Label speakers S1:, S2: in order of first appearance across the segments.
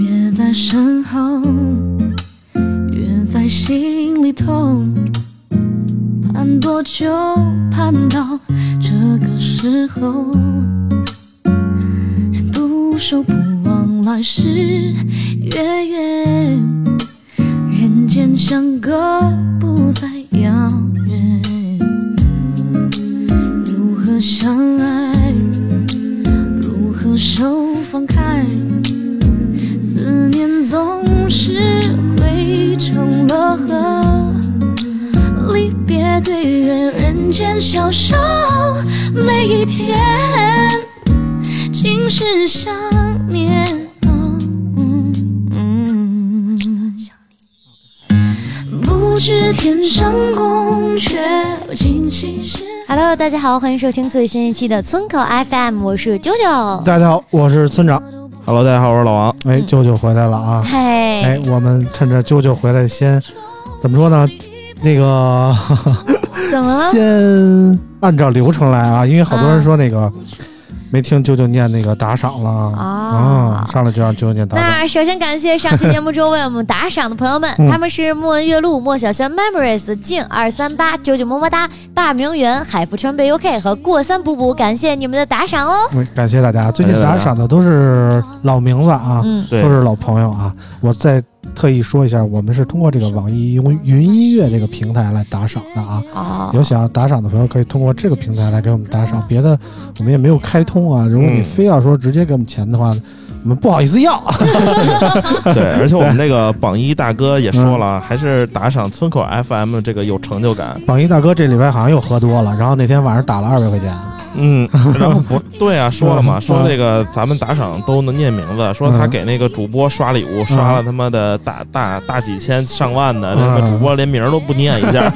S1: 越在身后，越在心里头，盼多久盼到这个时候？人不熟不忘来时月圆，人间相隔不再遥远。如何相爱？如何手放开？思念总是汇成了河，离别对月，人间消瘦，每一天尽是想念。哦嗯嗯不知天上宫阙，今夕是。
S2: Hello，大家好，欢迎收听最新一期的村口 FM，我是啾啾。
S3: 大家好，我是村长。
S4: Hello，大家好，我是老王。
S3: 哎，
S2: 嗯
S3: 舅舅回来了啊！
S2: 嘿、
S3: 哎，我们趁着舅舅回来先，怎么说呢？那个
S2: 怎么了？
S3: 先按照流程来啊，因为好多人说那个、没听舅舅念那个打赏了
S2: 啊
S3: 嗯上来就让舅舅念打赏。
S2: 那首先感谢上期节目中为我们打赏的朋友们，
S3: 嗯
S2: 他们是莫文月露、莫小轩、Memories、静二三八、九九么么哒、大名媛、海富川贝 UK 和过三补补，感谢你们的打赏哦。
S3: 嗯感谢大家，最近
S4: 感谢大
S3: 打
S4: 家
S3: 赏的都是老名字啊，
S2: 嗯，
S4: 对
S3: 都是老朋友啊。我再特意说一下，我们是通过这个网易云云音乐这个平台来打赏的啊。
S2: 哦，
S3: 有想要打赏的朋友，可以通过这个平台来给我们打赏，别的我们也没有开通啊。如果你
S4: 嗯
S3: 非要说直接给我们钱的话，我们不好意思要。
S4: 对，而且我们这个榜一大哥也说了，啊
S3: 嗯
S4: 还是打赏村口 FM 这个有成就感。
S3: 榜一大哥这礼拜好像又喝多了，然后那天晚上打了二百块钱。
S4: 嗯， 然后不对啊，说了嘛，
S3: 嗯
S4: 说这个咱们打赏都能念名字，说他给那个主播刷礼物，刷了他妈的大大大几千上万的，那
S3: 嗯
S4: 个主播连名儿都不念一 下，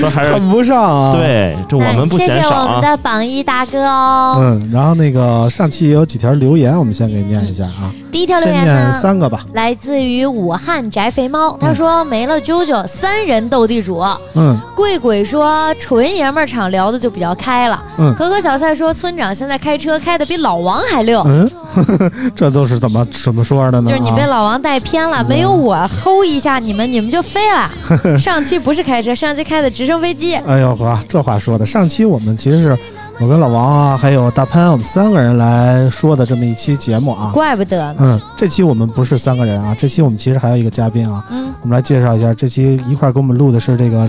S4: 说还是
S3: 看不上啊。，
S4: 对，这我们不
S2: 哎谢
S4: 嫌
S2: 谢
S4: 少
S2: 我们
S4: 啊。
S2: 的榜一大哥哦。
S3: 嗯，然后那个上期也有几条留言，我们先给念一下啊，
S2: 第一条留
S3: 先
S2: 言
S3: 念
S2: 呢，
S3: 三个吧。
S2: 来自于武汉宅肥猫，他说没了啾啾，三人斗地主。
S3: 嗯，
S2: 贵鬼说纯爷们儿场聊的就比较开了。
S3: 嗯
S2: 可可小菜说村长现在开车开的比老王还溜。
S3: 嗯，这都是怎么怎么说的呢？
S2: 就是你被
S3: 啊
S2: 老王带偏了，没有我齁一下你们，你们就飞了。上期不是开车，上期开的直升飞机。
S3: 哎呦呵，这话说的。上期我们其实是我跟老王啊，还有大潘，我们三个人来说的这么一期节目啊。
S2: 怪不得呢。
S3: 嗯，这期我们不是三个人啊，这期我们其实还有一个嘉宾啊，
S2: 嗯，
S3: 我们来介绍一下，这期一块儿跟我们录的是这个，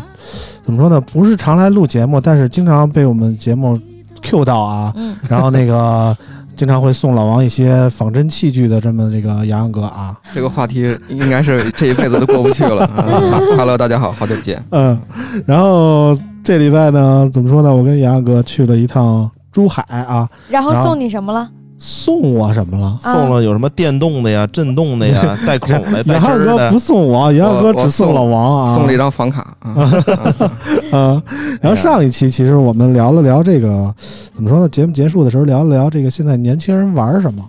S3: 怎么说呢？不是常来录节目，但是经常被我们节目 Q 到啊。
S2: 嗯，
S3: 然后那个经常会送老王一些仿真器具的这么这个洋洋哥啊，
S5: 这个话题应该是这一辈子都过不去了。啊哈 Hello，大家好，好久不见。
S3: 嗯。然后这礼拜呢，怎么说呢？我跟洋洋哥去了一趟珠海啊，
S2: 然后
S3: 然后
S2: 送你什么了？啊
S3: 送我什么了？
S4: 送了有什么电动的呀、震动 的呀、带孔的、带
S3: 洋
S4: 针
S3: 洋
S4: 儿
S3: 哥
S4: 的
S3: 不，送我，洋洋哥
S5: 我我
S3: 只送
S5: 送
S3: 老王啊，
S5: 送了一张房卡啊，
S3: 嗯，然后上一期其实我们聊了聊这个，怎么说呢？节目结束的时候聊了聊这个现在年轻人玩什么。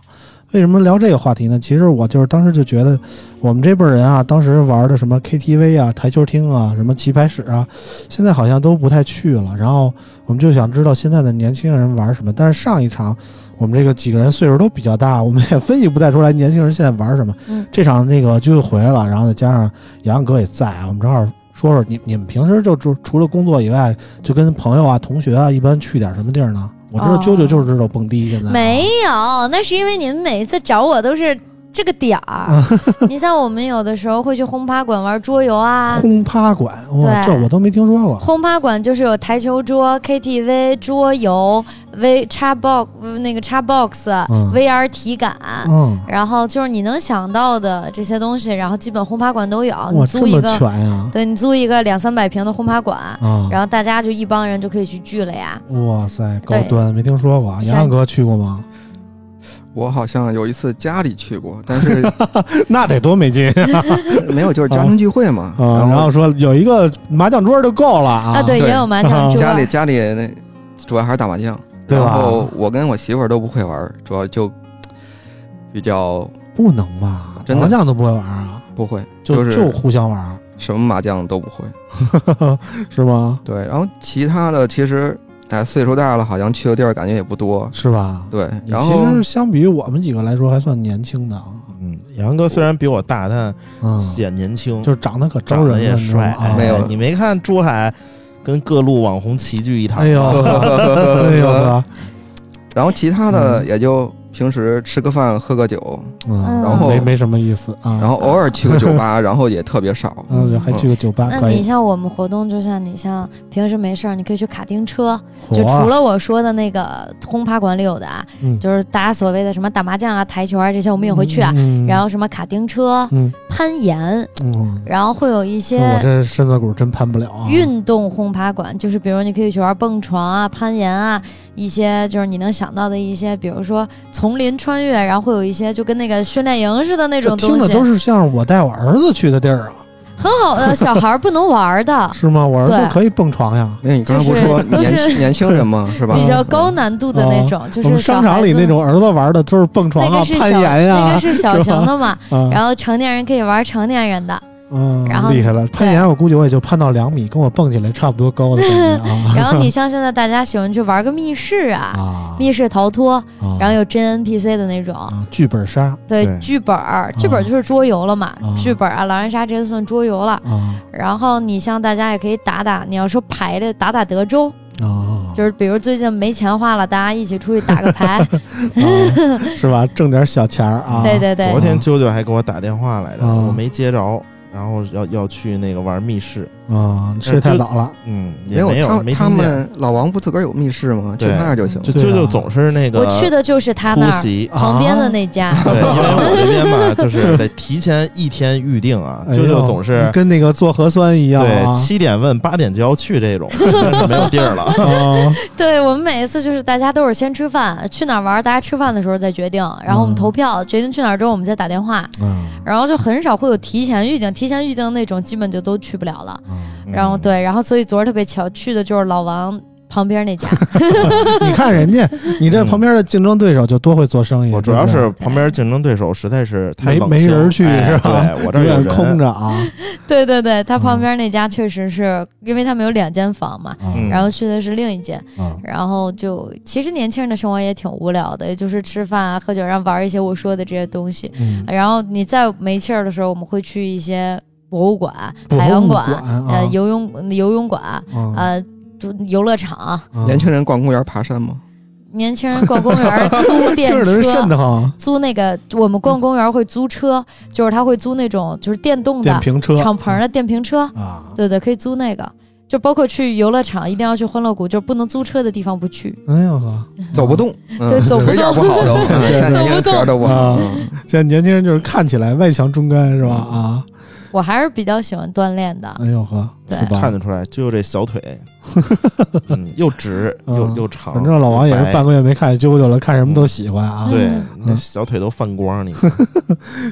S3: 为什么聊这个话题呢？其实我就是当时就觉得，我们这辈儿人啊，当时玩的什么 KTV 啊、台球厅啊、什么棋牌室啊，现在好像都不太去了。然后我们就想知道现在的年轻人玩什么。但是上一场我们这个几个人岁数都比较大，我们也分析不太出来年轻人现在玩什么。
S2: 嗯
S3: 这场那个就回来了，然后再加上杨哥也在啊，我们正好说说你你们平时就除除了工作以外，就跟朋友啊、同学啊，一般去点什么地儿呢？我知道
S2: 哦
S3: 啾啾就是知道蹦迪，现在啊
S2: 没有，那是因为你们每次找我都是这个点儿。你像我们有的时候会去轰趴馆玩桌游啊，
S3: 轰趴馆，哇，
S2: 对啊
S3: 这我都没听说过。
S2: 轰趴馆就是有台球桌、KTV、桌游、V 叉 box 那个叉 box、
S3: 嗯
S2: VR 体感。
S3: 嗯，
S2: 然后就是你能想到的这些东西，然后基本轰趴馆都有。你
S3: 哇，
S2: 租
S3: 这
S2: 一
S3: 么
S2: 个，
S3: 全呀！
S2: 对你租一个两三百平的轰趴馆，
S3: 啊，
S2: 然后大家就一帮人就可以去聚了呀。
S3: 哇塞，高
S2: 对
S3: 端没听说过啊。
S2: 像
S3: 杨洋哥去过 吗？
S5: 我好像有一次家里去过，但是
S3: 那得多没 劲啊！
S5: 没有，就是家庭聚会嘛。
S3: 然后说有一个麻将桌就够了啊，
S2: 对，
S5: 对
S2: 也有麻将
S3: 啊
S2: 桌。
S5: 家里家里那主要还是打麻将，
S3: 对
S5: 然
S3: 吧？
S5: 后我跟我媳妇儿都不会玩儿，主要就比较
S3: 不能吧？
S5: 真的
S3: 麻将都不会玩啊，
S5: 不会，
S3: 就、
S5: 就是
S3: 互相玩 儿，
S5: 什么麻将都不会。
S3: 是吗？
S5: 对，然后其他的其实，哎，岁数大了，好像去的地儿感觉也不多。
S3: 是吧？
S5: 对，
S3: 你
S5: 然
S3: 其
S5: 后
S3: 实相比于我们几个来说，还算年轻的啊。
S4: 嗯，杨哥虽然比我大，但
S3: 嗯，
S4: 显年轻，
S3: 就是长得可招
S4: 长
S3: 人了，
S4: 得也
S3: 你知道吗
S4: 帅。
S3: 啊
S4: 哎
S5: 没有
S4: 你没看珠海跟各路网红齐聚一堂吗？
S3: 哎呦， 哎 呦呵，
S5: 然后其他的也就平时吃个饭、喝个酒，
S3: 嗯，
S5: 然后
S3: 没没什么意思啊。
S5: 然后偶尔去个酒吧，然后也特别少。
S3: 嗯，就还去个酒吧，
S2: 那
S3: 可
S2: 你
S3: 以
S2: 像我们活动，就像你像平时没事儿，你可以去卡丁车，
S3: 火
S2: 就除
S3: 啊。
S2: 了我说的那个轰趴馆里有的啊，
S3: 嗯
S2: 就是大家所谓的什么打麻将啊、台球啊这些，我们也会去啊。
S3: 嗯
S2: 然后什么卡丁车、
S3: 嗯
S2: 攀岩，
S3: 嗯，
S2: 然后会有一
S3: 我
S2: 些
S3: 这身子骨真攀不了啊。
S2: 运动轰趴馆，就是比如你可以去玩蹦床啊、攀岩啊，一些就是你能想到的一些，比如说丛林穿越，然后会有一些就跟那个训练营似的那
S3: 这
S2: 种
S3: 听
S2: 东
S3: 着
S2: 西
S3: 都，是像我带我儿子去的地儿啊，
S2: 很 好的小孩儿不能玩的。
S3: 是吗？我儿
S2: 对
S3: 子可以蹦床呀。
S5: 因为你刚才不
S2: 就是
S5: 说
S2: 都
S5: 年
S2: 是
S5: 轻年轻人 嘛，是吧？
S2: 比较高难度的那种，
S3: 哦我
S2: 就是
S3: 们
S2: 小
S3: 商
S2: 孩
S3: 场里
S2: 子
S3: 那种儿子玩的都是蹦
S2: 那
S3: 床啊
S2: 个、是小
S3: 攀岩
S2: 那
S3: 呀
S2: 个，是小
S3: 是吧
S2: 型的嘛，
S3: 啊
S2: 然后成年人可以玩成年人的，
S3: 嗯，
S2: 然后
S3: 厉害了，攀岩我估计我也就攀到两米，跟我蹦起来差不多高的感觉啊
S2: 然后 你像现在大家喜欢去玩个密室啊，
S3: 啊！
S2: 密室逃脱，
S3: 啊
S2: 然后有真 NPC 的那种，
S3: 啊，剧本杀
S2: 对
S4: 对
S2: 剧本儿，剧本儿就是桌游了嘛
S3: 啊，
S2: 剧本儿啊，狼人杀这就算桌游了。
S3: 啊
S2: 然后你像大家也可以打打，你要说牌的打打德州，
S3: 啊，
S2: 就是比如最近没钱花了，大家一起出去打个牌，
S3: 啊是吧？挣点小钱儿啊，
S2: 对对对
S4: 昨天啾啾还给我打电话来着，
S3: 啊
S4: 我没接着，然后要要去那个玩密室，
S3: 啊，睡太早了，
S4: 嗯，
S5: 没
S4: 也没
S5: 他
S4: 没
S5: 他
S4: 听见。
S5: 们老王不自个儿有密室吗？去
S4: 对
S5: 他那儿就行。
S4: 就
S3: 对
S4: 啾
S3: 啊
S4: 啾总是那个
S2: 我去的就是他那
S4: 突
S2: 儿
S4: 袭。
S2: 旁边的那家，
S4: 对，因为我这边吧，就是得提前一天预定啊。
S3: 哎
S4: 啾
S3: 呦
S4: 啾总是
S3: 跟那个做核酸一样
S4: 对
S3: 啊
S4: 七点问八点就要去这 种，真是没有地儿了。
S3: 啊，
S2: 对我们每一次就是大家都是先吃饭，去哪儿玩，大家吃饭的时候再决定，然后我们
S3: 嗯
S2: 投票、决定去哪儿之后，我们再打电话，
S3: 嗯
S2: 然后就很少会有提前预定，提前预定那种基本就都去不了了。
S3: 嗯
S2: 然后
S4: 嗯，
S2: 对，然后所以昨儿特别巧，去的就是老王旁边那家，
S3: 你看人家，你这旁边的竞争对手就多会做生意，
S4: 我主
S3: 对不
S4: 要
S3: 哎对啊
S4: 是旁边竞争对手实在是太
S3: 没
S4: 冷
S3: 没
S4: 清
S3: 人去
S4: 哎
S3: 是吧？
S4: 对我这儿
S3: 永
S4: 有
S3: 远
S4: 人
S3: 空着啊，
S2: 对对对，他旁边那家确实
S3: 嗯
S2: 是因为他们有两间房嘛。
S4: 嗯
S2: 然后去的是另一间，
S3: 啊
S2: 然后就其实年轻人的生活也挺无聊的，也就是吃饭啊、喝酒，然后玩一些我说的这些东西。
S3: 嗯，
S2: 然后你再没气儿的时候，我们会去一些博物馆、
S3: 博物
S2: 海洋馆、
S3: 馆啊
S2: 呃游泳游泳馆、
S3: 啊
S2: 呃就游乐场。
S3: 啊
S5: 年轻人逛公园、爬山吗？
S2: 年轻人逛公园儿租电
S3: 就是能瘆
S2: 车，
S3: 得慌，
S2: 租那个我们逛公园儿会租车，就是他会租那种就是电动
S3: 电
S2: 的
S3: 瓶车
S2: 敞篷的电瓶车，
S3: 啊，
S2: 对对，可以租那个。就包括去游乐场，一定要去欢乐谷，就是不能租车的地方不去。
S3: 哎呦呵，
S5: 走不动，
S2: 对
S5: 嗯，
S2: 走不动
S5: 腿脚不好 都，嗯
S3: 对
S5: 现在年轻人腿脚都不好
S3: 走。 不
S5: 嗯
S3: 现在年轻人就是看起来外强中干是吧？
S2: 嗯
S3: 啊，
S2: 我还是比较喜欢锻炼的，
S3: 哎呦呵，
S2: 对
S3: 是
S4: 看
S3: 吧？
S4: 得出来，啾啾这小腿，嗯，又直又
S3: 嗯
S4: 又长。
S3: 反正老王也是
S4: 白
S3: 半个月没看见啾啾了，看什么都喜欢啊。
S4: 对
S2: 嗯，
S4: 那小腿都泛光，你看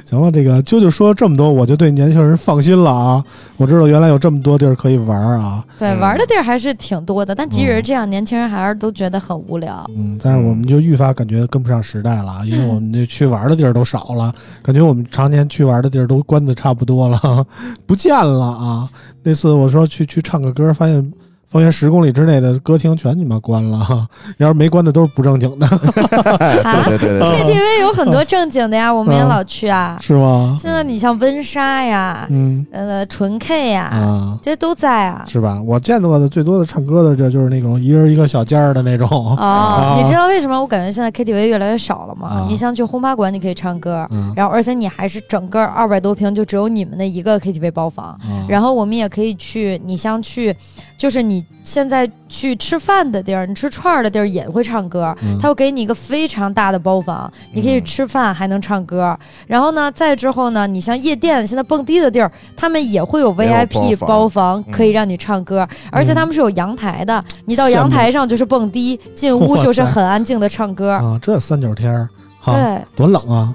S3: 行了，这个啾啾说这么多，我就对年轻人放心了啊。我知道原来有这么多地儿可以玩儿啊。
S2: 对，
S4: 嗯
S2: 玩的地儿还是挺多的。但即使
S3: 嗯
S2: 这样，年轻人还是都觉得很无聊。
S3: 嗯，但是我们就愈发感觉跟不上时代了啊，因为我们这去玩的地儿都少了，感觉我们常年去玩的地儿都 关的差不多了，不见了啊。那次我说去去唱个歌，发现方圆十公里之内的歌厅全你妈关了， 要是没关的都是不正经的，
S2: 啊
S5: 对对对对，
S2: KTV 有很多正经的呀，我们也
S3: 啊
S2: 老去啊。
S3: 是吗？
S2: 现在你像温莎呀，
S3: 嗯
S2: 呃，纯 K 呀，
S3: 啊。
S2: 这些都在啊。
S3: 是吧？我见到的最多的唱歌的，这就是那种一人一个小间儿的那种。
S2: 哦
S3: 啊，
S2: 你知道为什么我感觉现在 KTV 越来越少了吗
S3: 啊？
S2: 你像去轰趴馆，你可以唱歌，
S3: 嗯，
S2: 然后而且你还是整个二百多平，就只有你们的一个 KTV 包房。
S3: 啊
S2: 然后我们也可以去，你像去，就是你现在去吃饭的地儿，你吃串儿的地儿也会唱歌，
S3: 嗯
S2: 他会给你一个非常大的包房，你可以
S4: 嗯
S2: 吃饭还能唱歌。然后呢，再之后呢，你像夜店现在蹦迪的地儿，他们也会有
S5: 也有
S2: VIP
S5: 包房
S2: 包房
S4: 嗯
S2: 可以让你唱歌，而且他们是有阳台的，你到
S3: 羡慕
S2: 阳台上就是蹦迪，进屋
S3: 哇
S2: 就是
S3: 塞
S2: 很安静的唱歌。
S3: 啊，这三九天儿，哈、
S2: 对，
S3: 多冷啊！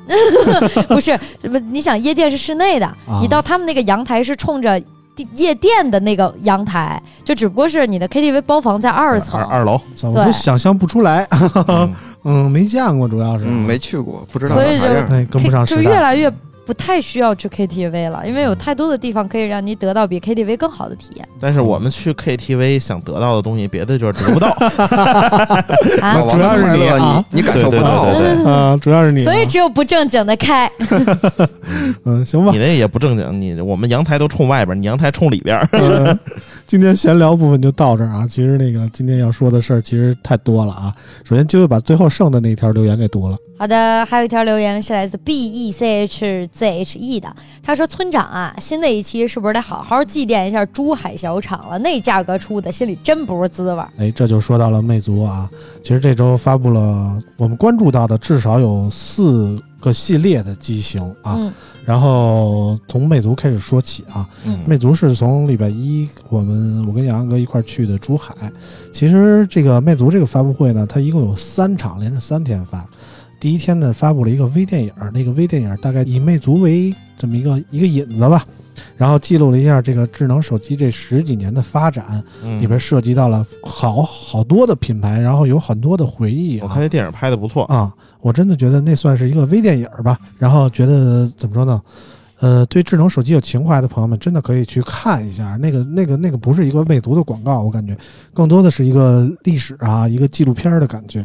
S2: 不是，不你想夜店是室内的，
S3: 啊
S2: 你到他们那个阳台是冲着地夜店的那个阳台，就只不过是你的 KTV 包房在二层
S5: 二。二楼，
S3: 怎么都
S2: 对
S3: 想象不出来？
S4: 嗯
S3: 嗯，没见过，主要是、
S5: 嗯，没去过，不知道
S2: 所
S5: 长
S2: 以
S5: 啥
S2: 就啊
S5: 样。
S3: 哎，跟
S2: K
S3: 不上
S2: 就
S3: 时
S2: 越
S3: 代。
S2: 来越不太需要去 KTV 了，因为有太多的地方可以让你得到比 KTV 更好的体验
S4: 但是我们去 KTV 想得到的东西，别的就是得不到。
S2: 啊。
S5: 老王
S3: 主要
S5: 的
S3: 是
S5: 快
S3: 你
S5: 乐
S3: 啊，
S5: 你你感
S4: 对
S5: 受
S4: 对
S5: 不
S4: 对
S5: 到，
S4: 对
S3: 啊，主要是你啊，
S2: 所以只有不正经的开，
S3: 嗯，行
S4: 对，
S3: 吧
S4: 你，那也不正经，你我们阳台都冲外边，你阳台冲里边。
S3: 嗯， 今天闲聊部分就到这儿啊。其实那个今天要说的事儿其实太多了啊。首先，就把最后剩的那条留言给读了。
S2: 好的，还有一条留言是来自 B E C H Z H E 的，他说：“村长啊，新的一期是不是得好好祭奠一下珠海小厂了？那价格出的，心里真不是滋味儿。
S3: 哎，这就说到了魅族啊。其实这周发布了我们关注到的至少有四个系列的机型啊。
S2: 嗯
S3: 然后从魅族开始说起啊，
S4: 嗯
S3: 魅族是从礼拜一我们我跟杨洋哥一块儿去的珠海。其实这个魅族这个发布会呢，它一共有三场，连着三天发。第一天呢，发布了一个微电影儿，那个微电影儿大概以魅族为这么一个一个引子吧，然后记录了一下这个智能手机这十几年的发展，
S4: 嗯
S3: 里边涉及到了好好多的品牌，然后有很多的回忆、啊。
S4: 我看那电影拍的 不错，
S3: 啊，我真的觉得那算是一个微电影儿吧。然后觉得怎么说呢？呃，对智能手机有情怀的朋友们，真的可以去看一下。那个、那个、那个不是一个魅族的广告，我感觉更多的是一个历史啊，一个纪录片儿的感觉。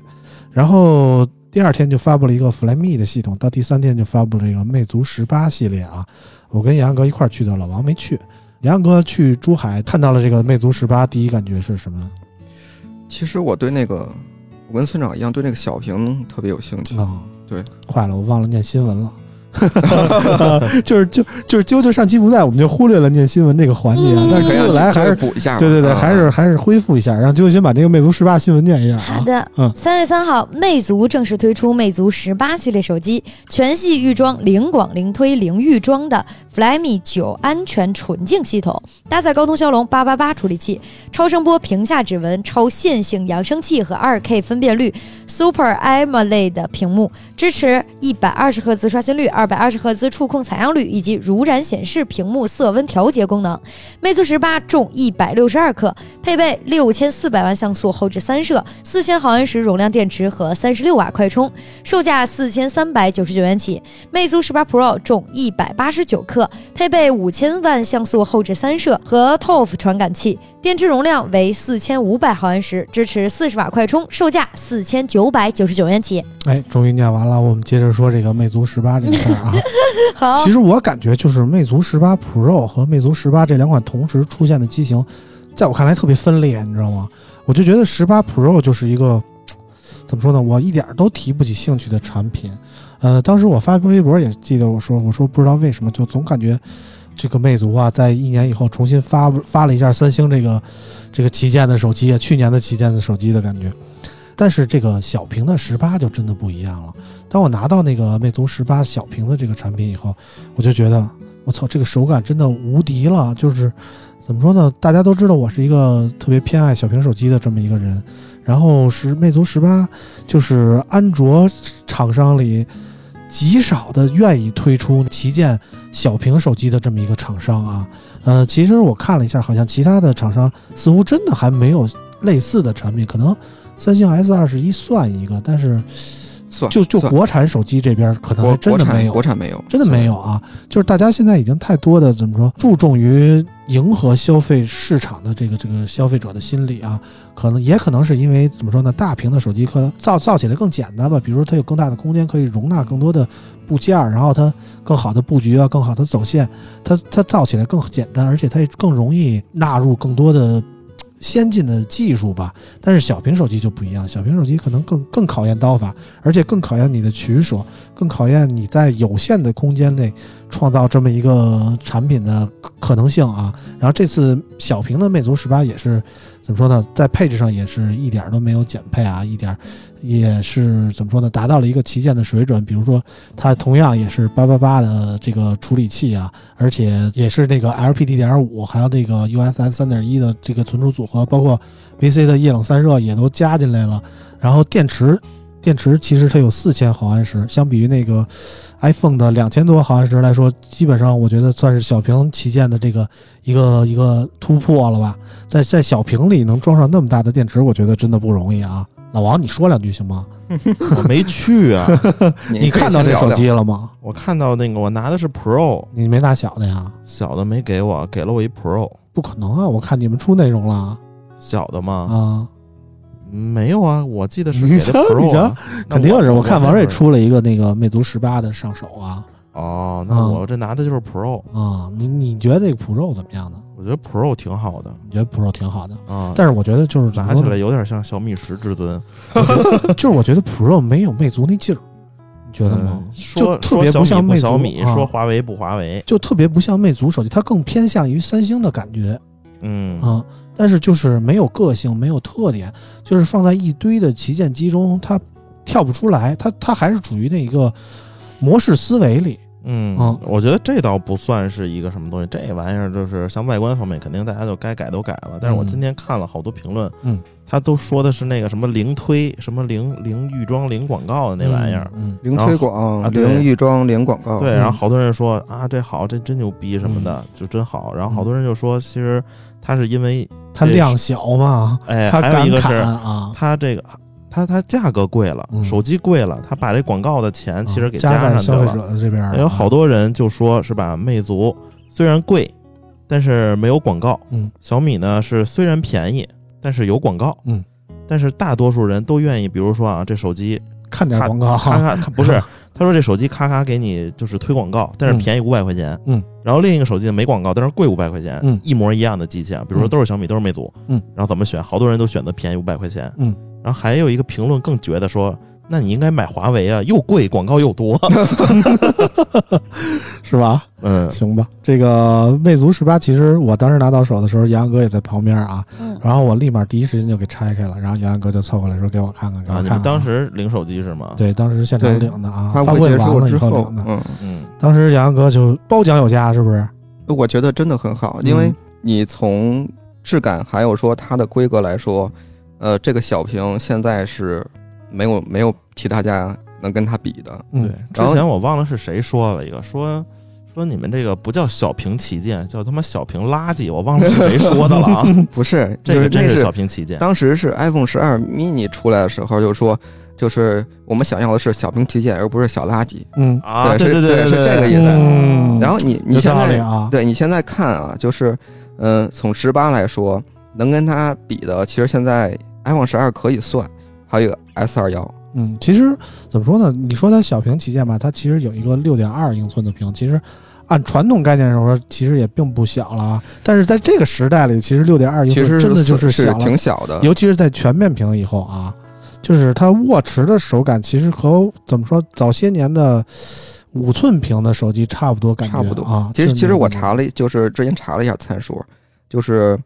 S3: 然后第二天就发布了一个 Flyme 的系统，到第三天就发布了一个魅族十八系列啊。我跟杨哥一块儿去的，老王没去。杨哥去珠海看到了这个魅族十八，第一感觉是什么
S5: 其实我对那个，我跟村长一样，对那个小屏特别有兴趣。
S3: 啊？
S5: 对，
S3: 坏了，我忘了念新闻了。 就是就就是啾啾上期不在，我们就忽略了念新闻这个环节啊
S2: 嗯。
S3: 但是
S5: 可以
S3: 啾啾
S5: 啊
S3: 来
S5: 稍
S3: 还
S5: 微
S3: 是
S5: 补一下吧，
S3: 对对对，
S5: 啊
S3: 还是还是恢复一下，让啾啾先把这个魅族十八新闻念一下
S2: 好
S3: 啊。
S2: 的，
S3: 嗯
S2: 三月三号，魅族正式推出魅族十八系列手机，全系预装零广零推零预装的 Flyme 九安全纯净系统，搭载高通骁龙八八八处理器，超声波屏下指纹、超线性扬声器和二 K 分辨率，Super AMOLED E 屏幕，支持一百二十赫兹刷新率、二百二十赫兹触控采样率以及柔然显示屏幕色温调节功能。魅族十八重一百六十二克，配备六千四百万像素后置三摄、四千毫安时容量电池和三十六瓦快充，售价四千三百九十九元起。魅族十八 Pro 重一百八十九克，配备五千万像素后置三摄和 ToF 传感器，电池容量为四千五百毫安时，支持四十瓦快充，售价四千九百九十九元起。
S3: 哎，终于念完了，我们接着说这个魅族十八这个事儿啊。
S2: 好
S3: 其，实我感觉就是魅族十八 Pro 和魅族十八这两款同时出现的机型，在我看来特别分裂，你知道吗？我就觉得十八 Pro 就是一个怎么说呢，我一点儿都提不起兴趣的产品。呃，当时我发微博也记得我说，我说不知道为什么，就总感觉这个魅族啊，在一年以后重新发布发了一下三星这个 这个旗舰的手机，啊去年的旗舰的手机的感觉。但是这个小屏的十八就真的不一样了。当我拿到那个魅族十八小屏的这个产品以后，我就觉得我操，这个手感真的无敌了。就是怎么说呢？大家都知道我是一个特别偏爱小屏手机的这么一个人，然后是魅族十八，就是安卓厂商里极少的愿意推出旗舰小屏手机的这么一个厂商啊。呃，其实我看了一下，好像其他的厂商似乎真的还没有类似的产品，可能三星 S 二十一算一个，但是
S5: 算
S3: 就就
S5: 算
S3: 国产手机这边可能还
S5: 国
S3: 真
S5: 国
S3: 的没
S5: 产
S3: 有
S5: 国。产没有，
S3: 真的没有啊！就是大家现在已经太多的怎么说，注重于迎合消费市场的这个这个消费者的心理啊，可能也可能是因为怎么说呢，大屏的手机可造造起来更简单吧，比如它有更大的空间可以容纳更多的部件儿，然后它更好的布局啊，更好的走线，它它造起来更简单，而且它也更容易纳入更多的先进的技术吧。但是小屏手机就不一样，小屏手机可能更更考验刀法，而且更考验你的取舍，更考验你在有限的空间内创造这么一个产品的可可能性啊。然后这次小屏的魅族十八也是怎么说呢，在配置上也是一点儿都没有减配啊，一点儿也是怎么说呢，达到了一个旗舰的水准。比如说它同样也是八八八的这个处理器啊，而且也是那个 LPDDR5 还有那个 UFS 三点一的这个存储组合，包括 VC 的液冷散热也都加进来了。然后电池，电池其实它有四千毫安时，相比于那个 iPhone 的两千多毫安时来说，基本上我觉得算是小屏旗舰的这个一个一个突破了吧。在在小屏里能装上那么大的电池，我觉得真的不容易啊。老王，你说两句行吗？
S4: 我没去啊，
S3: 你
S5: 可以
S3: 看到
S5: 先
S3: 这
S5: 聊
S3: 手
S5: 聊
S3: 机了吗？
S4: 我看到那个我拿的是 Pro，
S3: 你没拿小的呀？
S4: 小的没给我，给了我一 Pro，
S3: 不可能啊！我看你们出内容了
S4: 小的
S3: 啊，
S4: 吗？没有啊，我记得是给
S3: 你瞧
S4: 的 Pro，
S3: 你瞧
S4: 啊那
S3: 肯定是。我看王
S4: 那会
S3: 瑞
S4: 儿
S3: 出了一个那个魅族十八的上手啊
S4: 哦，那
S3: 嗯
S4: 我这拿的就是 Pro，
S3: 啊、你你觉得这个 Pro 怎么样呢？
S4: 我觉得 Pro 挺好的
S3: 你觉得 Pro 挺好的，
S4: 啊，
S3: 但是我觉得就是怎么
S4: 拿
S3: 说
S4: 起
S3: 呢
S4: 来有点像小米十至尊，
S3: 就是我觉得 Pro 没有魅族那劲儿，你觉得吗？
S4: 嗯说
S3: 特别
S4: 说
S3: 不
S4: 小
S3: 像
S4: 米
S3: 魅族
S4: 小米，
S3: 啊
S4: 说华为不华为，
S3: 就特别不像魅族手机，它更偏向于三星的感觉
S4: 嗯
S3: 啊、但是就是没有个性，没有特点，就是放在一堆的旗舰机中，它跳不出来，它它还是处于那一个模式思维里。
S4: 嗯
S3: 嗯，
S4: 我觉得这倒不算是一个什么东西，这玩意儿就是像外观方面，肯定大家就该改都改了。但是我
S3: 嗯
S4: 今天看了好多评论，
S3: 嗯，
S4: 他都说的是那个什么零推、什么零零预装、零广告的那玩意儿。
S3: 嗯，
S5: 零
S4: 然后
S5: 推广、
S4: 啊对
S5: 零预装、零广告，
S4: 对，
S3: 嗯
S4: 然后好多人说啊，这好，这真牛逼什么的，就真好。然后好多人就说，其实它是因为，
S3: 嗯它
S4: 这
S3: 量小嘛，
S4: 哎，
S3: 它
S4: 还有
S3: 敢
S4: 一个
S3: 砍
S4: 是
S3: 啊，
S4: 它这个，它它价格贵了，
S3: 嗯啊
S4: 手机贵了，它把这广告的钱其实给
S3: 加
S4: 上
S3: 在
S4: 去
S3: 消费
S4: 了。
S3: 者的这边儿啊
S4: 有好
S3: 多
S4: 多人就说是吧，魅族虽然贵，但是没有广告。
S3: 嗯，
S4: 小米呢是虽然便宜，但是有广告。
S3: 嗯，
S4: 但是大多数人都愿意，比如说啊，这手机
S3: 看点
S4: 咔
S3: 广告，
S4: 咔咔，咔不 是，他说这手机咔咔给你就是推广告，但是便宜五百块钱。
S3: 嗯，
S4: 然后另一个手机没广告，但是贵五百块钱。
S3: 嗯
S4: 一模一样的机器啊，比如说
S3: 嗯
S4: 都是小米，都是魅族。
S3: 嗯，
S4: 然后怎么选？好多人都选择便宜五百块钱。
S3: 嗯，
S4: 然后还有一个评论更觉得说。那你应该买华为啊，又贵，广告又多。
S3: 是吧？
S4: 嗯，
S3: 行吧，这个魅族十八，其实我当时拿到手的时候，杨哥也在旁边啊，
S2: 嗯，
S3: 然后我立马第一时间就给拆开了，然后杨哥就凑过来说：“给我看看，给我
S4: 啊，
S3: 看
S4: 你
S3: 看啊。
S4: 们当时领手机是吗？，
S3: 对，当时现场
S5: 对
S3: 领的啊，
S5: 发
S3: 发
S5: 布
S3: 布会
S5: 结
S3: 完
S5: 束
S3: 了以
S5: 之
S3: 后
S5: 后
S3: 领，的。
S5: 嗯，
S4: 嗯
S3: 当时杨哥就褒奖有加，是不是？
S5: 我觉得真的很好，因为你从质感还有说它的规格来说，呃，这个小屏现在是没有没有替大家能跟它比的，
S3: 嗯，
S4: 对。之前我忘了是谁说了一个，说说你们这个不叫小屏旗舰，叫他妈小屏垃圾，我忘了是谁说的了 啊。
S5: 不是，
S4: 这个
S5: 就
S4: 真
S5: 是
S4: 是
S5: 那
S4: 小
S5: 是
S4: 屏旗舰，
S5: 当时是 iPhone 十二 mini 出来的时候就说，就是我们想要的是小屏旗舰，而不是小垃圾。
S3: 嗯，
S4: 啊，
S5: 对
S4: 对
S5: 是
S4: 对，
S5: 对是这个意思
S3: 嗯
S5: 然后你你
S3: 有
S5: 现
S3: 道理
S5: 在
S3: 啊，
S5: 对你现在看啊，就是，嗯、从十八来说，能跟它比的，其实现在 iPhone 十二可以算，还有一个 S 二幺，
S3: 嗯，其实怎么说呢？你说它小屏旗舰吧，它其实有一个六点二英寸的屏，其实按传统概念上说，其实也并不小了啊。但是在这个时代里，其实六点二英
S5: 其
S3: 寸
S5: 实
S3: 真的就是小了
S5: 挺，小的。
S3: 尤其是在全面屏以后啊，就是它握持的手感，其实和怎么说早些年的五寸屏的手机差不多，感觉
S5: 差不多
S3: 啊。
S5: 其实
S3: 真的
S5: 其实我
S3: 真的
S5: 查了，就是之前查了一下参数，就是，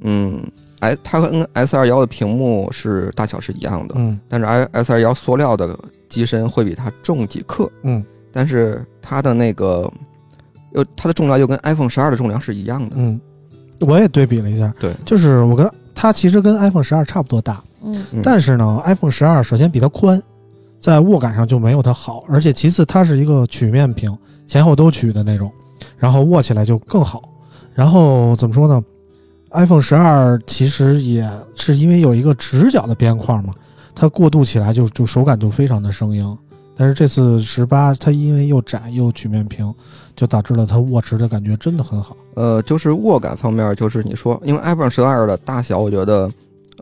S5: 嗯，S 它和 N S 二幺的屏幕是大小是一样的，
S3: 嗯
S5: 但是 S S 二幺塑料的机身会比它重几克，
S3: 嗯，
S5: 但是它的那个，又它的重量又跟 iPhone 十二的重量是一样的，
S3: 嗯，我也对比了一下，
S5: 对
S3: 就是我跟它其实跟 iPhone 十二差不多大，
S2: 嗯
S5: 嗯
S3: 但是呢，iPhone 十二首先比它宽，在握感上就没有它好，而且其次它是一个曲面屏，前后都曲的那种，然后握起来就更好。然后怎么说呢？iPhone 十二其实也是因为有一个直角的边框嘛，它过渡起来就就手感就非常的生硬。但是这次十八它因为又窄又曲面屏，就导致了它握持的感觉真的很好。
S5: 呃，就是握感方面，就是你说，因为 iPhone 十二的大小，我觉得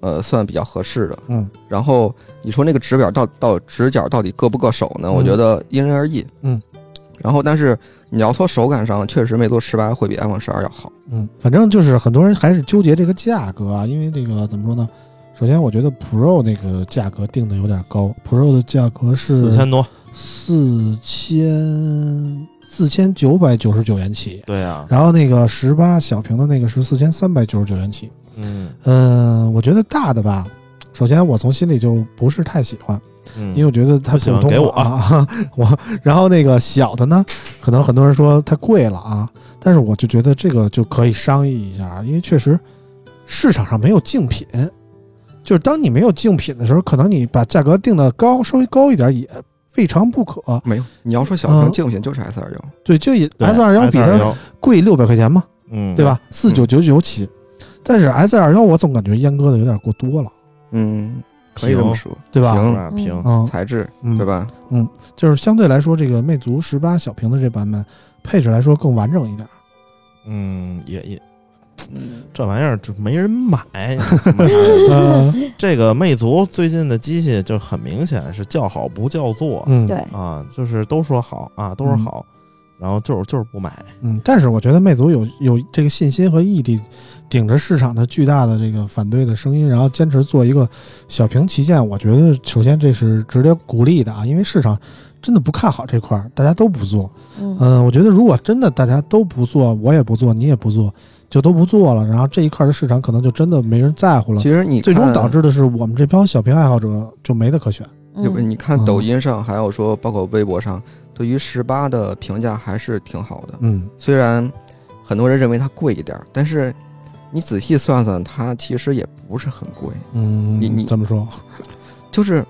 S5: 呃算比较合适的。
S3: 嗯
S5: 然后你说那个指表到到指甲到底硌不硌手呢？
S3: 嗯
S5: 我觉得因人而异。
S3: 嗯。
S5: 然后，但是你要说手感上，确实魅族十八会比 iPhone 十二要好。
S3: 嗯，反正就是很多人还是纠结这个价格啊，因为这个怎么说呢？首先，我觉得 Pro 那个价格定的有点高，Pro 的价格是
S4: 四千多，
S3: 四千四千九百九十九元起，
S4: 对啊呀，
S3: 然后那个十八小屏的那个是四千三百九十九元起。
S4: 嗯
S3: 嗯，我觉得大的吧，首先我从心里就不是太喜欢，
S4: 嗯，
S3: 因为我觉得它
S4: 不喜
S3: 普
S4: 欢
S3: 通
S4: 给我
S3: 啊， 我然后那个小的呢，可能很多人说它贵了啊，但是我就觉得这个就可以商议一下，因为确实市场上没有竞品，就是当你没有竞品的时候，可能你把价格定的高，稍微高一点也未尝不可。
S5: 没有，你要说小
S3: 嗯
S5: 屏竞品就是 S 二幺，
S3: 对，就也
S4: 对
S3: S 二幺比它
S4: 221
S3: 贵六百块钱嘛，
S4: 嗯，
S3: 对吧？四九九九起，但是 S 二幺我总感觉阉割的有点过多了，
S5: 嗯，可以这么说，
S3: 对吧？
S5: 行
S4: 啊？屏，
S3: 嗯，
S5: 材质
S3: 嗯
S5: 对吧？
S3: 就是相对来说，这个魅族十八小屏的这版本配置来说更完整一点。
S4: 嗯，也也
S5: 嗯，
S4: 这玩意儿就没人买，买 啥呀
S3: 呃，
S4: 这个魅族最近的机器就很明显是叫好不叫座
S3: 嗯，
S2: 对，
S4: 啊，就是都说好啊，都说好，然后就是就是不买，
S3: 嗯，但是我觉得魅族有有这个信心和毅力，顶着市场的巨大的这个反对的声音，然后坚持做一个小屏旗舰，我觉得首先这是值得鼓励的啊，因为市场真的不看好这块儿，大家都不做。
S2: 嗯，
S3: 嗯，我觉得如果真的大家都不做，我也不做，你也不做，就都不做了，然后这一块儿的市场可能就真的没人在乎了
S5: 其，实你
S3: 嗯
S5: 嗯
S3: 最终
S5: 看
S3: 导致的是我们这帮小屏爱好者就没得可选。
S5: 对吧？
S2: 嗯
S5: 你看
S3: 嗯
S5: 抖音上，还有说包括微博上，对于十八的评价还是挺好的。
S3: 嗯
S5: 虽然很多人认为它贵一点儿，但是你仔细算算，它其实也不是很贵。
S3: 嗯，
S5: 你你
S3: 怎么说？
S5: 就是，